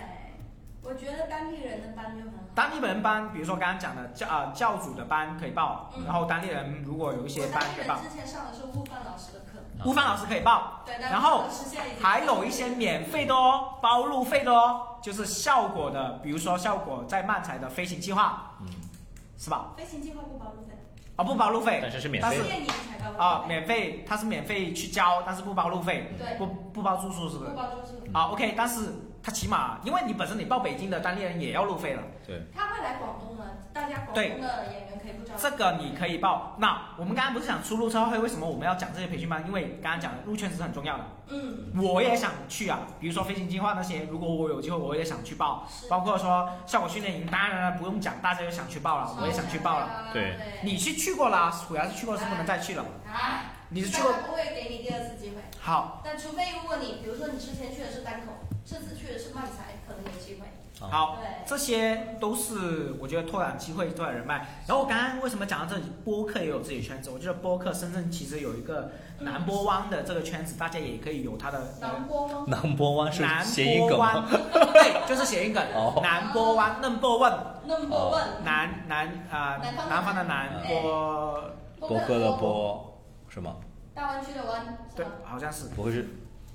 我我觉得当地人的班就很好。
当地人班，比如说刚刚讲的教啊、教主的班可以报，
嗯
然后当地人如果有一些
我
班
当地
可以
人
报，
之前上的是悟饭老师的课，
悟饭老师可以报，
对，但是
然后
老师现在已经
还有一些免费的哦，包路费的哦，就是效果的，比如说效果在漫才的飞行计划
嗯，
是吧？
飞行计划不包路费，
啊、不包路费
但是是免
但
费
是
的。
业你才包路费
啊、免费它是免费去交，但是不包路费，
对，嗯
不不包住宿是不是
不？包住宿，
啊，OK，但是它起码因为你本身你报北京的当地人也要路费了，
对，
他会来广东的，大家广
对
东的演员可以不招。
这个你可以报。那我们刚刚不是讲出入社会，为什么我们要讲这些培训班？因为刚刚讲的入圈是很重要的。
嗯，
我也想去啊，比如说飞行计划那些，如果我有机会，我也想去报。
是
包括说效果训练营，当然了，不用讲，大家都想去报了，啊我也想去报了。
了
对，
你是去过啦，虎牙是去过，是不能再去了。
哎，
你是去过
大家不会给你第二次机会，
好，
但除非如果你，比如说你之前去的是单口，这次去的是漫才，可能有机会。
好，
对，
这些都是我觉得拓展机会、拓展人脉。然后我刚刚为什么讲到这里，播客也有自己的圈子，我觉得播客深圳其实有一个南波湾的这个圈子，大家也可以有它的。呃
南波吗？
南波湾是
南
谐音
波
梗
湾
吗？，
对，就是谐音梗
哦。
南波湾，嫩波问，
那么问
南南啊，
南方的
南方的南
南
波，
波哥的，波是吗？
大湾区的湾，是
对
吧，
好像是。
不会是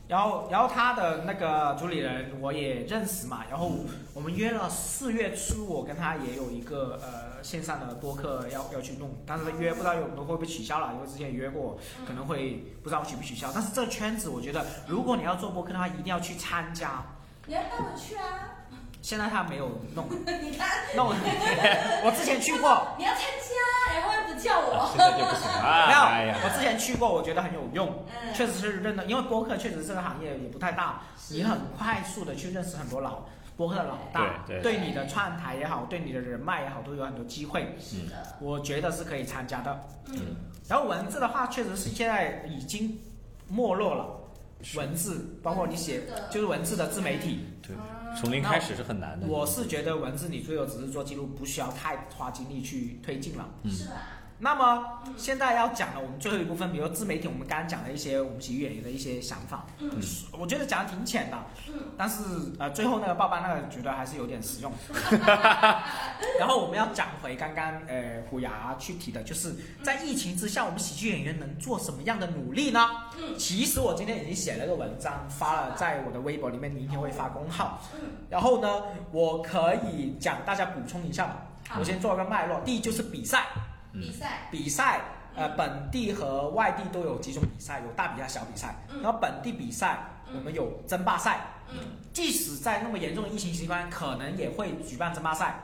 然后，然后他的那个主理人我也认识嘛，然后我们约了四月初，我跟他也有一个呃线上的播客要要去弄，但是约不知道有会不会取消了，因为之前也约过，可能会不知道取不取消。但是这个圈子，我觉得如果你要做播客的话，一定要去参加。
你要带我去啊！
现在他没有弄
你看，
弄， 我之前去过，
你要参加，然后又不 叫
啊
我，
现在就不行 了。
没
哎
有，我
呀，
之前去过，我觉得很有用，
嗯，
确实是认得，因为播客确实这个行业也不太大，你很快速的去认识很多老播客的老大，
对
对
你的串台也好，对你的人脉也好，都有很多机会，
是的，
我觉得是可以参加的。
嗯，
然后文字的话，确实是现在已经没落了，
是
文字包括你写
文字的
就是文字的自媒体，
对，
嗯
从零开始是很难的。
我是觉得文字你最后只是做记录，不需要太花精力去推进了。
嗯
是吧？
那么
嗯
现在要讲的我们最后一部分，比如自媒体，我们刚刚讲了一些我们喜剧演员的一些想法，
嗯
我觉得讲的挺浅的，
嗯，
但是呃，最后那个报班那个觉得还是有点 实用。然后我们要讲回刚刚呃虎牙去提的，就是在疫情之下，我们喜剧演员能做什么样的努力呢？
嗯
其实我今天已经写了个文章，发了在我的微博里面，明天会发公号。
嗯，
然后呢，我可以讲大家补充一下吧。
好
我先做一个脉络，第一就是比赛，
嗯
比赛，
比赛呃
嗯
本地和外地都有几种比赛，有大比赛、小比赛。
嗯
然后本地比赛
嗯
我们有争霸赛。
嗯，
即使在那么严重的疫情情况下，可能也会举办争霸赛，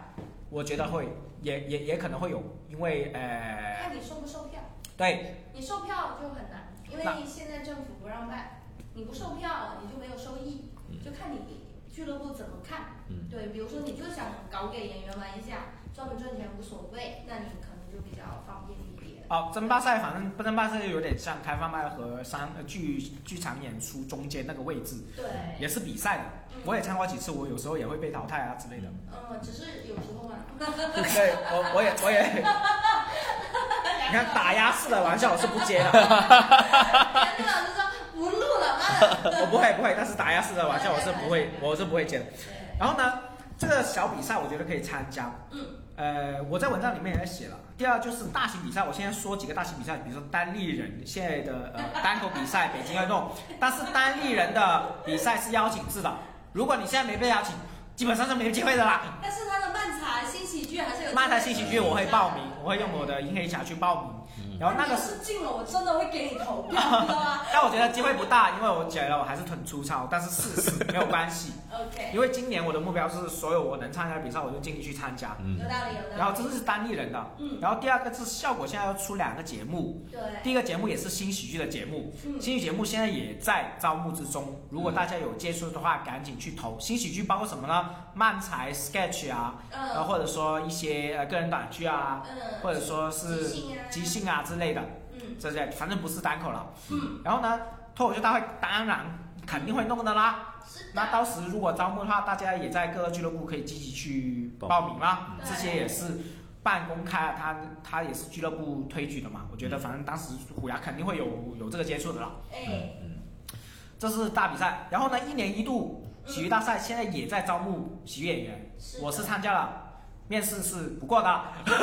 我觉得会，也也也可能会有，因为呃，
看你售不售票。
对
你售票就很难，因为现在政府不让办，你不售票你就没有收益，
嗯
就看你俱乐部怎么看。
嗯
对，比如说你就想搞给演员玩一下，赚不赚钱无所谓，那你可能就比较方便一点。
哦，争霸赛反正争霸赛有点像开放麦和商呃剧剧场演出中间那个位置，
对，
也是比赛的。我也参加过几次，我有时候也会被淘汰啊之类 的。
嗯，只是有时候嘛，
对，我我也我也，你看打 压式的玩笑我是不接的，
然后那老师说不录了，妈的。
我哦不会不会，但是打压式的玩笑我是不会我是不会接的。
对，
然后呢，这个小比赛我觉得可以参加，
嗯
呃，我在文章里面也写了。第二就是大型比赛，我现在说几个大型比赛，比如说单立人现在的呃单口比赛，北京要弄，但是单立人的比赛是邀请制的，如果你现在没被邀请，基本上是没有机会的啦。
但是他的漫才新喜剧还是有。
漫才新喜剧我会报名，我会用我。的银黑侠去报名，然后那个是。
是进了，我真的会给你投票， 你知道吗
但我觉得机会不大，因为我觉得我还是很粗糙，但是试试没有关系。
？OK，
因为今年我的目标是所有我能参加的比赛，我就尽力去参加。
嗯
有，道理，有道理。
然后这是单立人的，
嗯，
然后第二个是效果，现在要出两个节目，
对，
第一个节目也是新喜剧的节目，
嗯
新喜剧节目现在也在招募之中。如果大家有接触的话，赶紧去
嗯
投。新喜剧包括什么呢？漫才、sketch 啊，然后
嗯
或者说一些呃个人短剧啊，
嗯，
或者说
即
是
兴啊，
即，兴啊之类的，
嗯
这些反正不是单口了。
嗯，
然后呢，脱口秀大会当然肯定会弄的啦。
是的
那到时如果招募的话，大家也在各个俱乐部可以积极去
报
报名啦
嗯。
这些也是半公开啊，他他也是俱乐部推举的嘛。我觉得
嗯
反正当时虎牙肯定会有有这个接触的啦。
哎，
嗯
这是大比赛，然后呢，一年一度喜剧大赛现在也在招募喜剧演员，我是参加了，面试是不过的，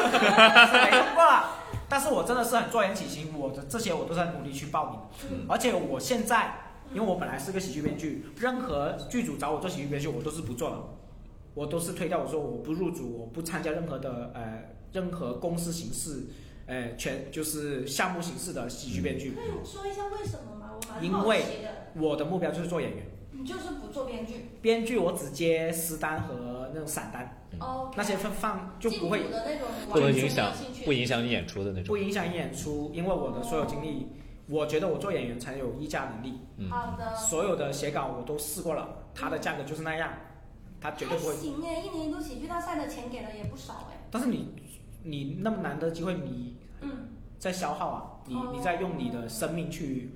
是没通过了。但是我真的是很坐言起行，我的这些我都在努力去报名，
嗯
而且我现在，因为我本来是个喜剧编剧，任何剧组找我做喜剧编剧，我都是不做的，我都是推掉，我说我不入组，我不参加任何的呃任何公司形式，呃全就是项目形式的喜剧编剧。
可以说一下为什么吗？我蛮
因
好
为
奇的。
我的目标就是做演员，
你就是不做编剧
编剧我只接私单和那种散单，
嗯
哦，
那些放放就不会
进组的那种完全
不能
没有
影响
兴趣
不影响你演出的那
不
种。
影响演出，因为我的所有经历，我觉得我做演员才有议价能力。
嗯，
好的，
所有的写稿我都试过了，它的价格就是那样，它绝对不会
还。行哎，一年一度喜剧大赛的钱给的也不少哎。
但是你你那么难得机会，你
嗯，
在消耗啊，你
哦
你在用你的生命去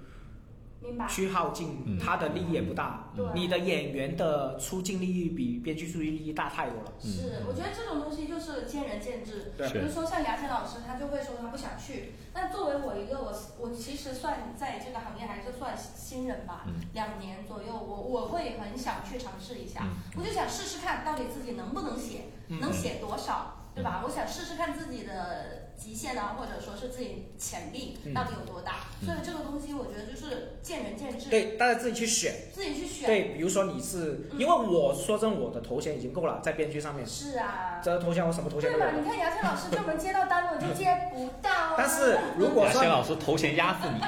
明白。
去耗尽，
嗯
它的利益也不大。
嗯对，
你的演员的出镜利益比编剧出镜利益大太多了。
是，我觉得这种东西就是见仁见智。
对
比如
是
说像牙签老师，他就会说他不想去。那作为我一个我我其实算在这个行业还是算新人吧，
嗯
两年左右，我我会很想去尝试一下，
嗯
我就想试试看到底自己能不能写，
嗯
能写多少，对吧？我想试试看自己的极限啊，或者说是自己潜力
嗯
到底有多大。
嗯
所以这个东西我觉得就是见仁见智，
对，大家自己去选。
自己去选。
对，比如说你是，
嗯
因为我说真，我的头衔已经够了，在编剧上面，
是啊。
这个头衔我什么头衔
对
都有
嘛？。你看牙签老师专门接到单，我就接不到、啊。
但是如果
牙
说
仙，老师头衔压死 你，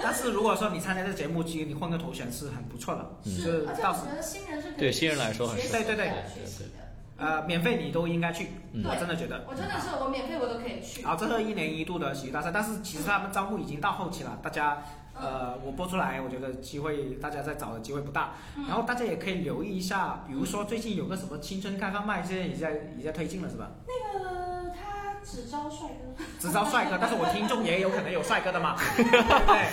但是如果说你参加这节目，其实你换个头衔是很不错的，
嗯
就是
而且
到
我
时
觉得新人是可以
对新人来说很
学习
对对
的
对
学习的。
呃免费你都应该去，
嗯
我真的觉得。
嗯我真的是我免费我都可以去。
然后呃这个一年一度的喜剧大赛，但是其实他们招募已经到后期了，大家
嗯
呃，我播出来，我觉得机会大家再找的机会不大。
嗯
然后大家也可以留意一下，比如说最近有个什么青春开放麦，现在也在也在推进了，是 吧？
那个他只招帅哥。
只招帅哥，但是我听众也有可能有帅哥的 嘛，对，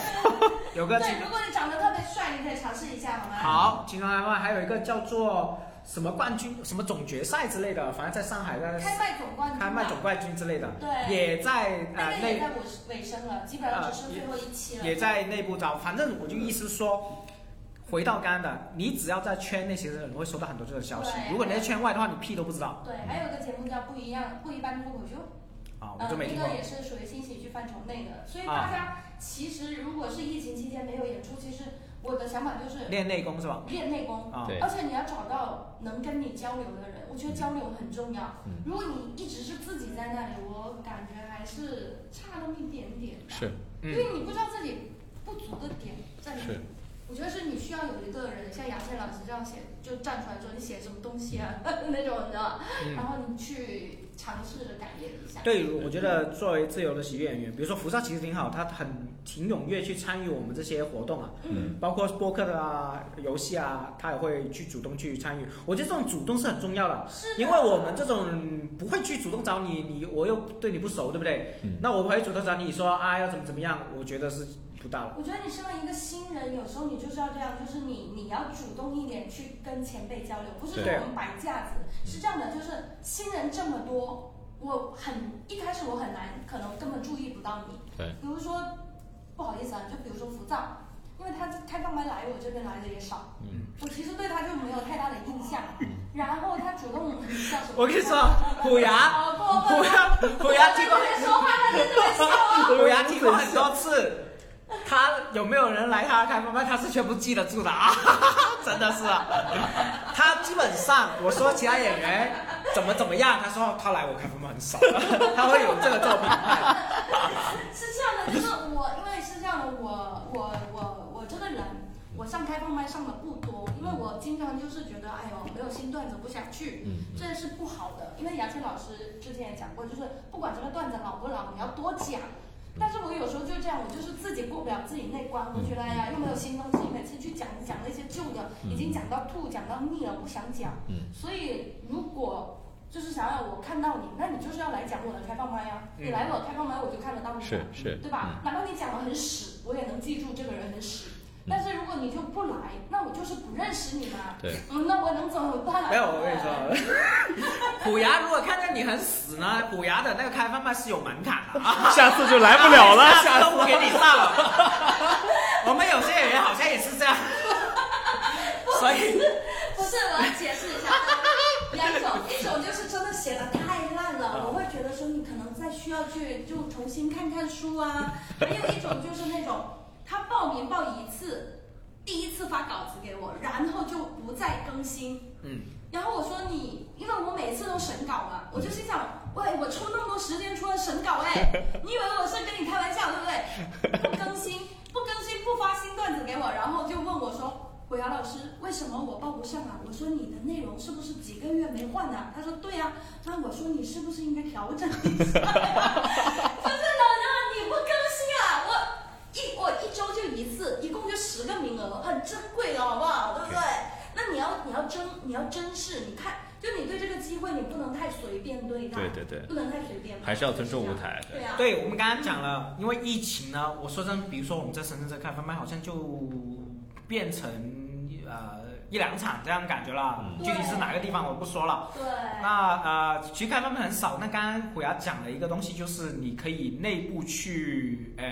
有个青
对，如果你长得特别帅，你可以尝试一下，好吗？。
好青春开放麦，还有一个叫做什么冠军、什么总决赛之类的，反正在上海在
开麦总冠军。
开麦总。冠军之类的，
对
也在呃
大概
内
也在尾尾声了，基本上只剩最后一期了。
也在内部招，反正我就意思说，回到刚刚的，你只要在圈内，其实你会收到很多这种消息。
对
如果你在圈外的话，你屁都不知道
对，还有一个节目叫《不一样不一般脱口秀》。
啊，我
呃，
就没听过啊
那个。也是属于新喜剧范畴内的，所以大家其实如果是疫情期间没有演出，其实我的想法就是
练内功是吧？
练内功，
啊，
对
而且你要找到能跟你交流的人，我觉
嗯
得交流很重要
嗯。
如果你一直是自己在那里，我感觉还是差那么一点点吧，
是
因
嗯，
为你不知道自己不足的点在哪里
是。，
我觉得是你需要有一个人像杨倩老师这样写，就站出来说你写什么东西啊 那种，你知道吗？
嗯
然后你去尝试着改变一下。
对，我觉得作为自由的喜剧演员，比如说福少其实挺好，他很挺踊跃去参与我们这些活动啊，
嗯
包括播客的啊、游戏啊，他也会去主动去参与。我觉得这种主动是很重要的，
是的
因为我们这种不会去主动找你，你我又对你不熟，对不对？
嗯
那我会主动找你说啊，要怎么怎么样，我觉得是不大了。
我觉得你身为一个新人，有时候你就是要这样，就是你你要主动一点去跟前辈交流，不是说
对
我们摆架子，是这样的，就是新人这么多，我很一开始我很难，可能根本注意不到你。
对，
比如说不好意思啊，就比如说浮躁，因为他开放麦来我这边来的也少，
嗯，
我其实对他就没有太大的印象。然后他主动叫什
嗯
么？
我跟你说，虎牙，
啊，过
虎
分了，
牙，虎牙
对
听过，
对对，说话他真的笑啊。
虎牙听过很多次。他有没有人来他开放麦，他是全部记得住的啊，真的是啊。他基本上我说其他演员怎么怎么样，他说他来我开放麦很少，他会有这个作品。
是这样啊的，就是我，因为是这样的，我我我我这个人，我上开放麦上的不多，因为我经常就是觉得，哎呦，没有新段子不想去，
嗯嗯
这是不好的。因为牙签老师之前也讲过，就是不管这个段子老不老，你要多讲。但是我有时候就这样，我就是自己过不了自己那关，我觉得哎呀，又没有新东西，每次去讲讲那些旧的，已经讲到吐，讲到腻了，不想讲。
嗯
所以如果就是想要我看到你，那你就是要来讲我的开放麦呀、
嗯
你来我的开放麦，我就看得到你，
是是，嗯
对吧？哪怕你讲的很屎，我也能记住这个人很屎。
嗯
但是如果你就不来，那我就是不认识你嘛。
对
嗯，那我能怎么办？
没有，我跟你，说， 虎牙如果看见你很死呢，虎牙的那个开放麦是有门槛的啊。
下次就来不了了，
下
嗯
次
下次
都不给你上了。我们有些演员好像也是这样，所以
需要去就重新看看书啊。还有一种就是那种他报名报一次，第一次发稿子给我，然后就不再更新。
嗯。
然后我说你，因为我每次都审稿嘛，我就心想，喂，我抽那么多时间出来审稿，哎，你以为我是跟你开玩笑对不对？不更新， 不更新，不发新段子给我，然后就问我说，伟阳老师，为什么我报不上啊？我说你的内容是不是几个月没换啊？他说对呀、那我说你是不是应该调整一下？ 就是老娘你不更新啊，我一我一周就一次，一共就十个名额，很珍贵的好不好？对不对？那你要你要珍你要珍视，你看，就你对这个机会你不能太随便对待，
对对对，
不能太随便，
还是要尊重舞台
对啊，
对，我们刚刚讲了，因为疫情呢，我说真，比如说我们在深圳这开放麦，好像就变成呃一两场这样感觉了，
嗯
具体是哪个地方我不说了。
对，
那呃，其实开放麦很少。那刚刚虎牙讲了一个东西，就是你可以内部去呃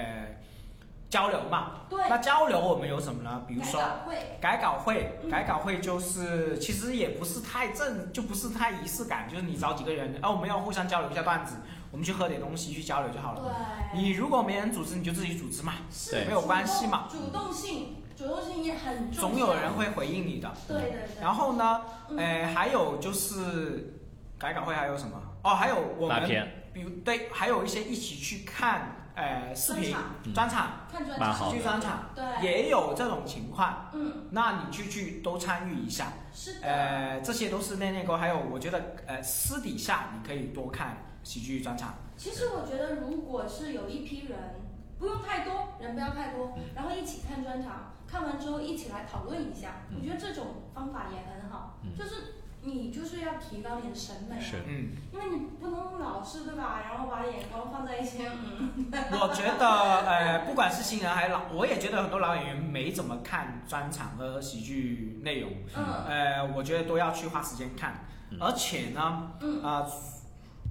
交流嘛。
对
那交流我们有什么呢？比如
改
说
稿会，
改稿会，
嗯
改稿会就是其实也不是太正，就不是太仪式感，就是你找几个人，啊，我们要互相交流一下段子，我们去喝点东西去交流就好了。
对，
你如果没人组织，你就自己组织嘛，
是
对
没有关系嘛，
主动性主动性也很重要，
总有人会回应你的。
对对对，
然后呢，
嗯
呃，还有就是改稿会还有什么？哦，还有我
大
们，
片
比如对，还有一些一起去看呃视频
嗯
专场嗯
专场、
看专
蛮
场，
好
去
的，
专场，
对，
也有这种情况。
嗯，
那你就去多参与一下，
是的，
呃，这些都是内内沟。还有，我觉得呃，私底下你可以多看喜剧专场。
其实我觉得，如果是有一批人，不用太多人，不要太多，然后一起看专场，看完之后一起来讨论一下，
嗯
我觉得这种方法也很好。
嗯
就是你就是要提高你的审美，
是
嗯，
因为你不能老是对吧？然后把眼光放在一些嗯，
我觉得呃，不管是新人还是老，我也觉得很多老演员没怎么看专场和喜剧内容。
嗯
呃，我觉得都要去花时间看
嗯，
而且呢，
嗯
啊、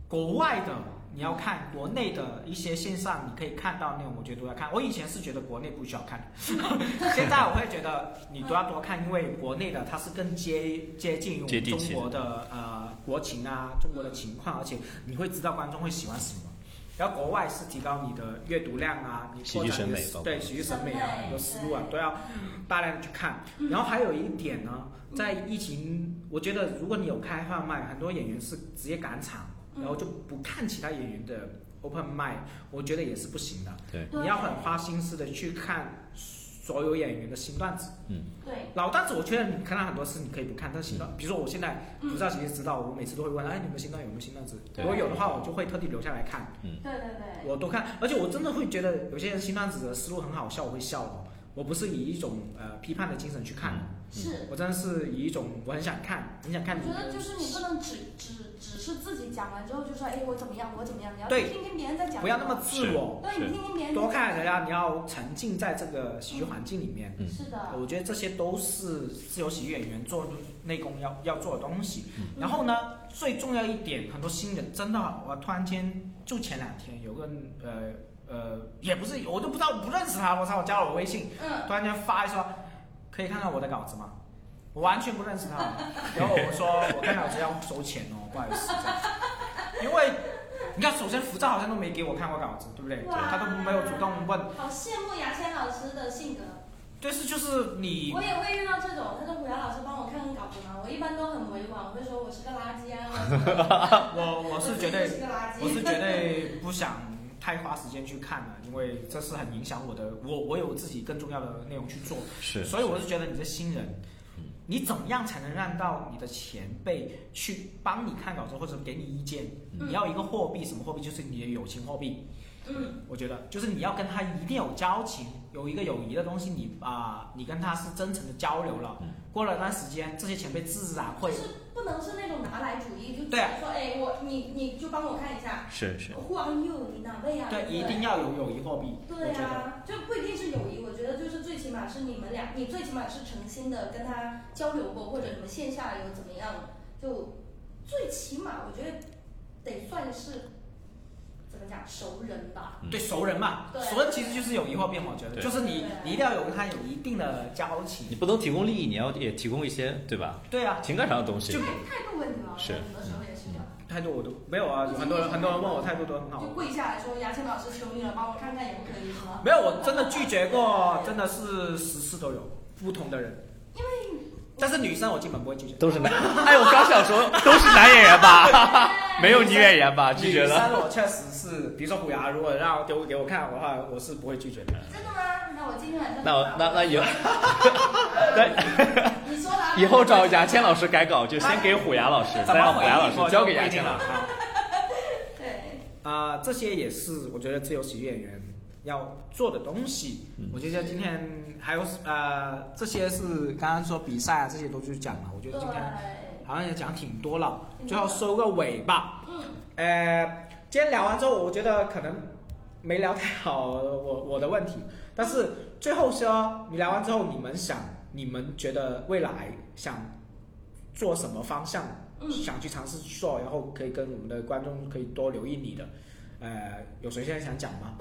国外的你要看，国内的一些线上你可以看到那种，我觉得都要看。我以前是觉得国内不需要看， 现在我会觉得你都要多看，因为国内的它是更接接近我
接
们
地
中
气的
国的呃国情啊，中国的情况，而且你会知道观众会喜欢什么。然后国外是提高你的阅读量啊，你
喜
拓
剧
展
审
你
美
的
包括
对喜剧审美啊，很多思路啊，都要大量地去看。
嗯
然后还有一点呢，
嗯
在疫情，我觉得如果你有开放麦，很多演员是直接赶场，
嗯
然后就不看其他演员的 open mic，我觉得也是不行的。
对
你要很花心思的去看所有演员的新段子，
对，
老段子我觉得你看到很多次你可以不看，但新段，比如说我现在不知道其实知道，我每次都会问，哎，你们新段有没有新段子？
对
如果有的话，我就会特地留下来看，
对对对，
我都看，而且我真的会觉得有些人新段子的思路很好笑，我会笑哦。我不是以一种呃批判的精神去看的，
是。
我真的是以一种我很想看，很想看
我
你
觉得
的
就是你不能只只只是自己讲完之后就说，哎，我怎么样，我怎么样，你要
对
听听别人在讲什么，
不要那么自我，
对，你听听别人
多看人家，你要沉浸在这个喜剧环境里面。
嗯
是的，
我觉得这些都是自由喜剧演员做内功要要做的东西。
嗯
然后呢，最重要一点，很多新人真的，我突然间就前两天有个呃呃，也不是我都不知道我不认识他，我操，我加了我微信，
嗯，
突然间发一说，可以看看我的稿子吗？我完全不认识他，然后我说我看稿子要收钱哦，不好意思，这样因为你看，首先浮躁好像都没给我看过稿子，对不对？
哇
他都没有主动问，
好羡慕牙签老师的性格，
就是就是你
我也会遇到这种，他说虎牙老师帮我看看稿子吗？我一般都很委婉，我会说我是个垃圾啊，
我 我是绝
我
对
是个垃圾，
我是绝对不想太花时间去看的，因为这是很影响我的，我我有自己更重要的内容去做，
是，
所以我是觉得你是新人
嗯。
你怎么样才能让到你的前辈去帮你看稿子或者给你意见？
嗯
你要一个货币，什么货币？就是你的友情货币。
嗯，
我觉得就是你要跟他一定有交情，有一个友谊的东西，你啊、你跟他是真诚的交流了
嗯。
过了一段时间，这些前辈自然
就
会
是不能是那种拿来主义，就
对啊
说哎我你你就帮我看一下
是是，
，Who are you？你哪位啊？
对，
不
一定要有友谊货币。
对
我觉得
啊，就不一定是友谊，我觉得就是最起码是你们俩，你最起码是诚心的跟他交流过，或者你们线下有怎么样，就最起码我觉得得算是怎怎么讲熟人吧，
嗯
对熟人嘛，
对
熟人其实就是友谊或变好，我觉得
对嗯
就是你
对
你一定要有跟他有一定的交
你
情。
不能提供利益，你要也提供一些，对吧？
对啊，
情感上的东西
态。态度问题嘛，我觉得很多时候也是这样。
态度我都没有啊，很多人很多人问我态度都很
嗯
好
就，跪下来说：“牙签老师，求你了，帮我看看也不可以是吗
没有我真的拒绝过，真的是十次都有不同的人，因为但是女生我基本不会拒绝，
都是男， 哎，我刚想说都是男演员吧， 没有女演员吧？啊拒绝
女
了。
生我确实是，比如说虎牙，如果让丢给我看的话，我是不会拒绝的。
真的吗？那我今天晚上
那我那那以后，对，
你说的啊
以后找牙签老师改稿，就先给虎牙老师，再让虎牙老师交给牙签老
了
师。
对，
啊、这些也是我觉得自由喜剧演员要做的东西。
嗯
我觉得今天还有呃，这些是刚刚说比赛啊，这些都去讲了。我觉得今天
对，
好像也讲挺多了，最后收个尾吧。
嗯，
呃，今天聊完之后，我觉得可能没聊太好我我的问题，但是最后说你聊完之后，你们想，你们觉得未来想做什么方向，
嗯
想去尝试去做，然后可以跟我们的观众可以多留意你的。呃，有谁现在想讲吗？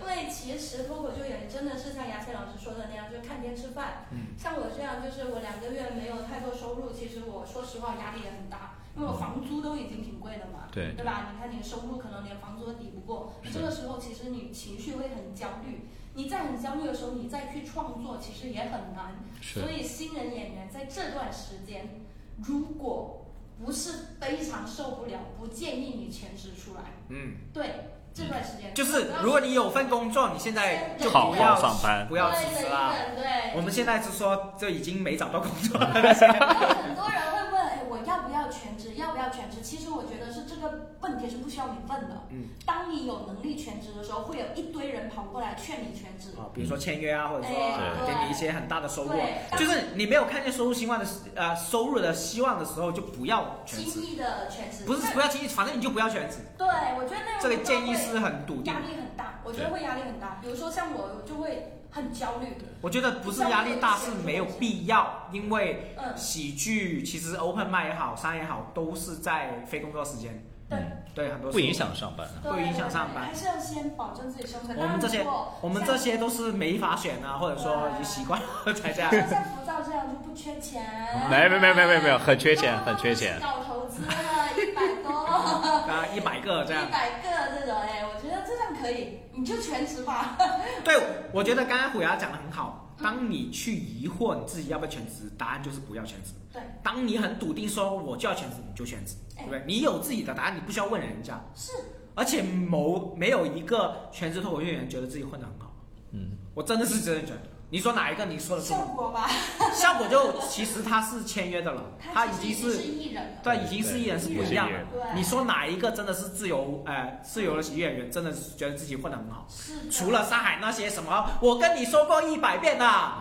因为其实脱口秀演员真的是像牙签老师说的那样，就看天吃饭。
嗯，
像我这样，就是我两个月没有太多收入，其实我说实话压力也很大，因为
嗯
我房租都已经挺贵了嘛。
对，
对吧？你看你的收入可能连房租都抵不过，
是
这个时候其实你情绪会很焦虑。你在很焦虑的时候，你再去创作其实也很难。
是
啊
所以新人演员在这段时间，如果不是非常受不了，不建议你全职出来。
嗯，
对，这段时间
就是如果你有份工作，你现在就
好
不要
好上班。
不要辞职啦。
对对
我们现在是说，这已经没找到工作了。
很多人会问，哎，我要不要全职？要不要全职？其实我觉得是这个问题是不需要你问的。
嗯，
当你有能力全职的时候，会有一堆人跑过来劝你全职。
啊，比如说签约啊，或者说
哎
呃
对
给你一些很大的收入啊，
对
就是你没有看见收入希望的时呃收入的希望的时候，就不要全职，
轻易的全职，
不是不要轻易，反正你就不要全职。
对，我觉得那样
这个
的话
建议
会
是很笃定
压，力很大，我觉得会压力很大。比如说像我，我就会很焦虑。
我觉得不是压力大是没有必要，因为
嗯，
喜剧其实 open m i 也好，商也好，都是在非工作时间，
对，
嗯，
对很多时候
不影。响上班啊。
对
不影响上班
还是要先保证自己生存。
我们这些
当然如果
我们这些都是没法选啊，或者说已经习惯了才这样。
像像浮躁这样就不缺钱。
没没没没没没有，很缺钱，很缺钱。
搞投资了一百多，
啊，一百个 这样
一。百个这种，哎，我觉得这样可以，你就全职吧。
对，我觉得刚刚虎牙讲的很好。当你去疑惑你自己要不要全职，答案就是不要全职。
对，
当你很笃定说我就要全职，你就全职，对不对？你有自己的答案，你不需要问人家。
是，
而且某没有一个全职脱口秀演员觉得自己混得很好，
嗯，
我真的是真的觉得。你说哪一个？你说的是
效果吧，
效果就其实他是签约的了，他已
其
经
实已经
是
是艺人了。
对，已经是艺人是不一样的。
对，
你说哪一个真的是自由？呃，自由的喜剧演员真的是觉得自己混得很好？
是的
除了上海那些什么，我跟你说过一百遍 啦，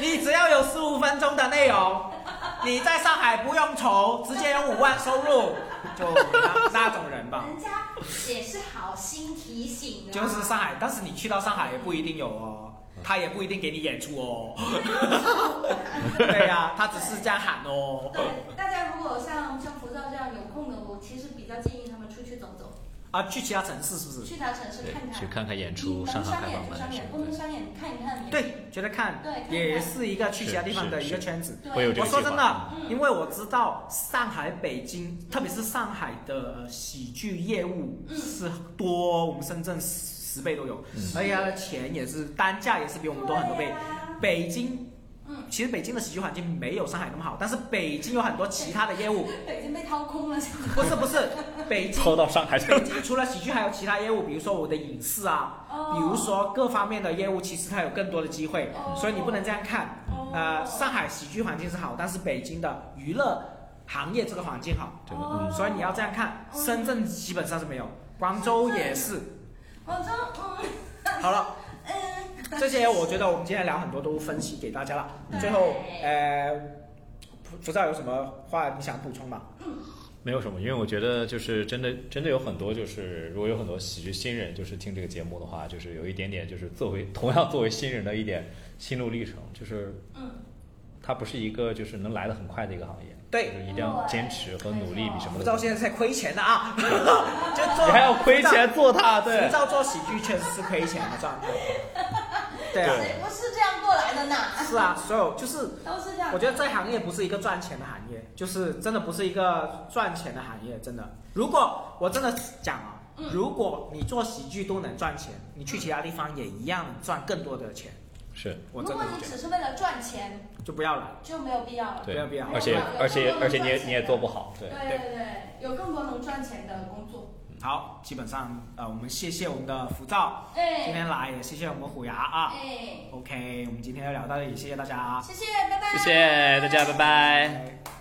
你只要有十五分钟的内容，你在上海不用愁，直接有五万收入，就那那种人 吧，
人家也是好心提醒的，啊
就是上海。但是你去到上海也不一定有哦，他也不一定给你演出 哦。对呀、他只是这样喊哦。
对，大家如果像像浮躁这样有空的，我其实比较建议他们出去走走，
啊，去其他城市是不是？
去他城市
对
看，看。
去看看演
你
出，
能
上海
商
开
演
放
就
麦
商
什
演，不
么
能
的。
商演看一看也。
对，觉得看
对，看
也
看
是一个去其他地方的
是
一
是
个圈子。
会有这
我
个
说
计
真
划。嗯
的
嗯，
因为我知道上海、北京，特别是上海的呃喜剧业务
嗯
是多我们深圳十十倍都有，
嗯
而且它的钱也是单价也是比我们多很多
对
倍。
啊
北京
嗯，
其实北京的喜剧环境没有上海那么好，但是北京有很多其他的业 务，
北京被掏空了，现在
不是不是，北京
偷到上海去了
北。京除了喜剧还有其他业务，比如说我的影视啊，比如说各方面的业务，其实它有更多的机会，
哦
所以你不能这样看。
哦
呃，上海喜剧环境是好，但是北京的娱乐行业这个环境好，
对嗯
所以你要这样看。
哦
深圳基本上是没有，广州也是。
广州，嗯
好了，
嗯，
这些我觉得我们今天聊很多都分析给大家了。
对
最后，呃，不不知道有什么话你想补充吗？
没有什么，因为我觉得就是真的，真的有很多就是，如果有很多喜剧新人就是听这个节目的话，就是有一点点就是作为 同样作为新人的一点心路历程，就是
嗯，
它不是一个就是能来的很快的一个行业，就
对，
是一定要坚持和努力，比什么
浮
都
躁现在在亏钱的啊， 就做
你还要亏钱做它，
浮
对，
躁做喜剧确实是亏钱的状态。对啊，
对
我嗯是这样过来的呢，
是啊，所有就是
都是这样。
我觉得这行业不是一个赚钱的行业，就是真的不是一个赚钱的行业，真的。如果我真的讲啊，
嗯
如果你做喜剧都能赚钱，你去其他地方也一样赚更多的钱。
是
我
嗯如
真
果
的
你
觉
只是为了赚钱，
得就不要了。
就没有必要了。
对
不要不要，
而且而且而且你也你也做不好，对
对。对对，有更多能赚钱的工作。
好，基本上呃，我们谢谢我们的浮躁今
哎
天来，也谢谢我们虎牙啊。
哎，
OK，我们今天就聊到这里，谢谢大家。
谢谢，拜拜。
谢
哎
谢大家，拜拜。
拜拜